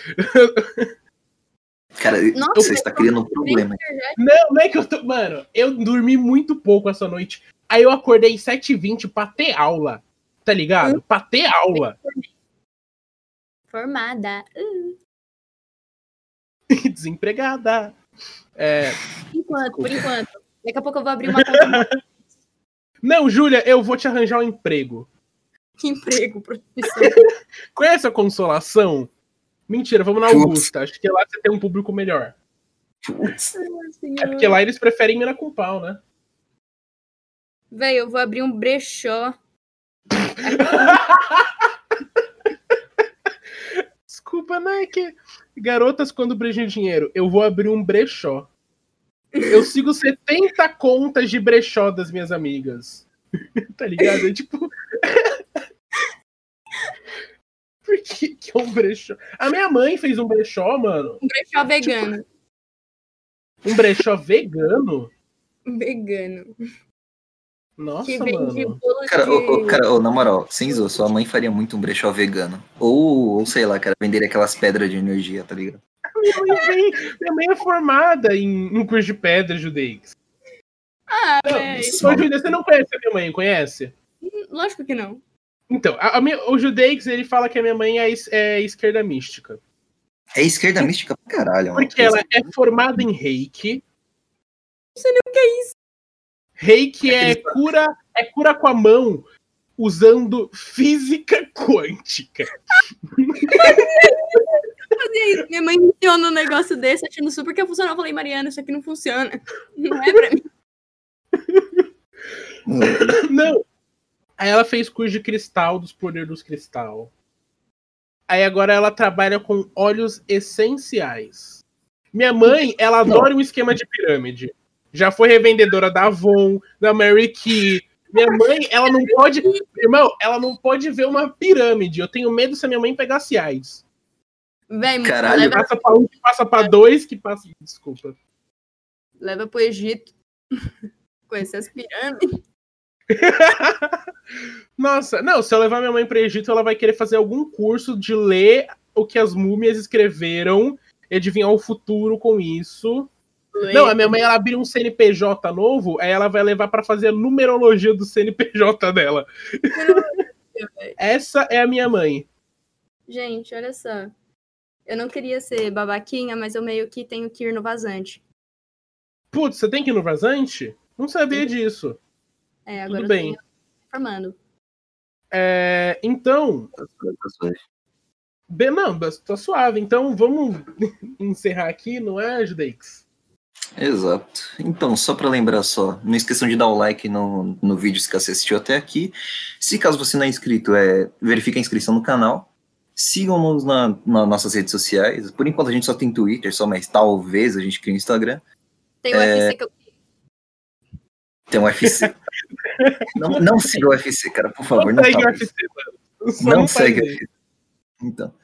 [SPEAKER 4] Cara,
[SPEAKER 3] Nossa,
[SPEAKER 4] você está criando um problema.
[SPEAKER 1] Não, não é que eu tô. Mano, eu dormi muito pouco essa noite. Aí eu acordei 7h20 pra ter aula. Tá ligado? Pra ter aula.
[SPEAKER 3] Formada.
[SPEAKER 1] Desempregada. É,
[SPEAKER 3] Por enquanto, por enquanto. Daqui a pouco eu vou abrir uma conta
[SPEAKER 1] Não, Júlia, eu vou te arranjar um emprego.
[SPEAKER 3] de emprego, profissão.
[SPEAKER 4] É
[SPEAKER 1] Conhece a consolação? Mentira, vamos na
[SPEAKER 4] Putz.
[SPEAKER 1] Augusta. Acho que lá você tem um público melhor.
[SPEAKER 4] Putz,
[SPEAKER 1] É porque lá eles preferem mina com pau, né?
[SPEAKER 3] Véi, eu vou abrir um brechó.
[SPEAKER 1] Desculpa, Nike. Garotas, quando brejam dinheiro, eu vou abrir um brechó. Eu sigo 70 contas de brechó das minhas amigas. tá ligado? É tipo. Por que, que é um brechó? A minha mãe fez um brechó, mano.
[SPEAKER 3] Um brechó vegano.
[SPEAKER 1] Um brechó vegano?
[SPEAKER 3] Vegano.
[SPEAKER 1] Nossa,
[SPEAKER 3] Que vende
[SPEAKER 1] mano.
[SPEAKER 3] bolo de...
[SPEAKER 4] cara, ô, ô, cara, ô, na moral, sem zoa, sua mãe faria muito um brechó vegano. Ou, ou sei lá, cara, venderia aquelas pedras de energia, tá ligado?
[SPEAKER 1] Minha mãe, vem- minha mãe é formada em, em curso de pedra judaica.
[SPEAKER 3] Ah,
[SPEAKER 1] Não,
[SPEAKER 3] véi.
[SPEAKER 1] Ô, Júlia, você não conhece a minha mãe, conhece?
[SPEAKER 3] Lógico que não.
[SPEAKER 1] Então, a- a minha- o Judeix, ele fala que a minha mãe é, es- é esquerda mística.
[SPEAKER 4] É esquerda mística pra caralho, mano.
[SPEAKER 1] Porque ela é formada em reiki. Não sei nem o que é isso. Reiki é cura, é cura com a mão usando física quântica.
[SPEAKER 3] fazia isso. Minha mãe iniciou num negócio desse, achando super que ia funcionar. Eu falei, Mariana, isso aqui não funciona. Não é pra mim.
[SPEAKER 4] é
[SPEAKER 1] Não. Aí ela fez curso de cristal, dos poderes dos cristal. Aí agora ela trabalha com óleos essenciais. Minha mãe, ela adora um esquema de pirâmide. Já foi revendedora da Avon, da Mary Kay. Minha mãe, ela não pode. Irmão, ela não pode ver uma pirâmide. Eu tenho medo se a minha mãe pegasse AIDS.
[SPEAKER 3] Véi,
[SPEAKER 4] Caralho.
[SPEAKER 3] Leva,
[SPEAKER 1] Passa pra um, que passa pra dois, que passa. Desculpa.
[SPEAKER 3] leva pro Egito. Conhecer as pirâmides.
[SPEAKER 1] Nossa, não, se eu levar minha mãe para Egito, ela vai querer fazer algum curso de ler o que as múmias escreveram e adivinhar o futuro com isso. Não, a minha mãe ela abriu um CNPJ novo, aí ela vai levar para fazer a numerologia do CNPJ dela. Essa é a minha mãe. é-
[SPEAKER 3] Gente, olha só. Eu não queria ser babaquinha, mas eu meio que tenho que ir no vazante.
[SPEAKER 1] Putz, você tem que ir no vazante? Não sabia disso.
[SPEAKER 3] É, agora
[SPEAKER 1] Tudo
[SPEAKER 3] eu
[SPEAKER 1] bem.
[SPEAKER 3] tô me formando.
[SPEAKER 1] É, então, bem, não, tá suave. Então vamos encerrar aqui, não é, Judeix?
[SPEAKER 4] Exato. Então, só pra lembrar só, não esqueçam de dar o like no, no vídeo se você assistiu até aqui. Se caso você não é inscrito, é, verifique a inscrição no canal. Sigam-nos na- nas nossas redes sociais. Por enquanto a gente só tem Twitter, só mas talvez a gente crie um Instagram.
[SPEAKER 3] Tem o
[SPEAKER 4] É.
[SPEAKER 3] UFC que eu...
[SPEAKER 4] Tem o UFC. não, não siga o UFC, cara, por favor. Não,
[SPEAKER 1] não segue o
[SPEAKER 4] talvez.
[SPEAKER 1] UFC, mano. Só um
[SPEAKER 4] não
[SPEAKER 1] faz
[SPEAKER 4] segue o
[SPEAKER 1] isso.
[SPEAKER 4] UFC. Então.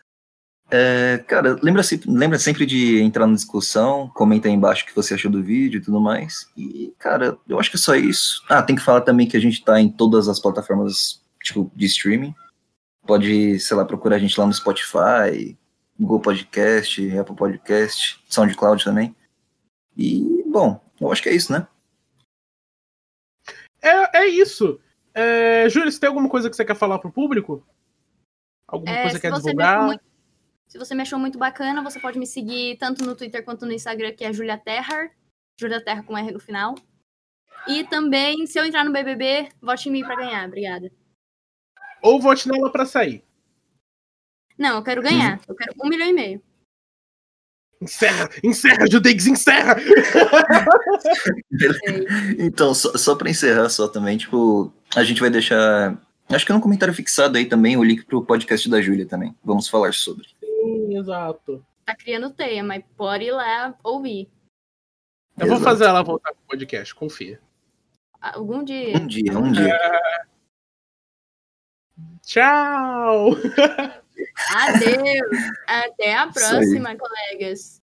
[SPEAKER 4] É, cara, lembra, se- lembra sempre de entrar na discussão, comenta aí embaixo o que você achou do vídeo e tudo mais. E, cara, eu acho que é só isso. Ah, tem que falar também que a gente tá em todas as plataformas, tipo, de streaming. Pode, sei lá, procurar a gente lá no Spotify, Google Podcast, Apple Podcast, SoundCloud também. E, bom, eu acho que é isso, né?
[SPEAKER 1] É, é isso. É, Júlio, você tem alguma coisa que você quer falar pro público? Alguma
[SPEAKER 3] É,
[SPEAKER 1] coisa que
[SPEAKER 3] se
[SPEAKER 1] quer
[SPEAKER 3] você
[SPEAKER 1] divulgar?
[SPEAKER 3] gosta muito... Se você me achou muito bacana, você pode me seguir tanto no Twitter quanto no Instagram, que é Julia Terra. Julia Terra com R no final. E também, se eu entrar no BBB, vote em mim pra ganhar. Obrigada.
[SPEAKER 1] Ou vote nela pra sair.
[SPEAKER 3] Não, eu quero ganhar.
[SPEAKER 1] Uhum.
[SPEAKER 3] Eu quero um milhão e meio.
[SPEAKER 1] Encerra, encerra, Judeix, encerra!
[SPEAKER 3] Sei.
[SPEAKER 4] Então, só, só pra encerrar só também, tipo, a gente vai deixar. Acho que é um comentário fixado aí também, o link pro podcast da Júlia também. Vamos falar sobre.
[SPEAKER 1] Sim, exato.
[SPEAKER 3] Tá criando teia, mas pode ir lá ouvir.
[SPEAKER 1] Eu vou
[SPEAKER 4] Exato.
[SPEAKER 1] fazer ela voltar com o podcast, confia.
[SPEAKER 3] Algum dia.
[SPEAKER 4] Um dia, um dia.
[SPEAKER 1] Tchau!
[SPEAKER 3] Adeus. Até a
[SPEAKER 4] Isso aí.
[SPEAKER 3] próxima, colegas.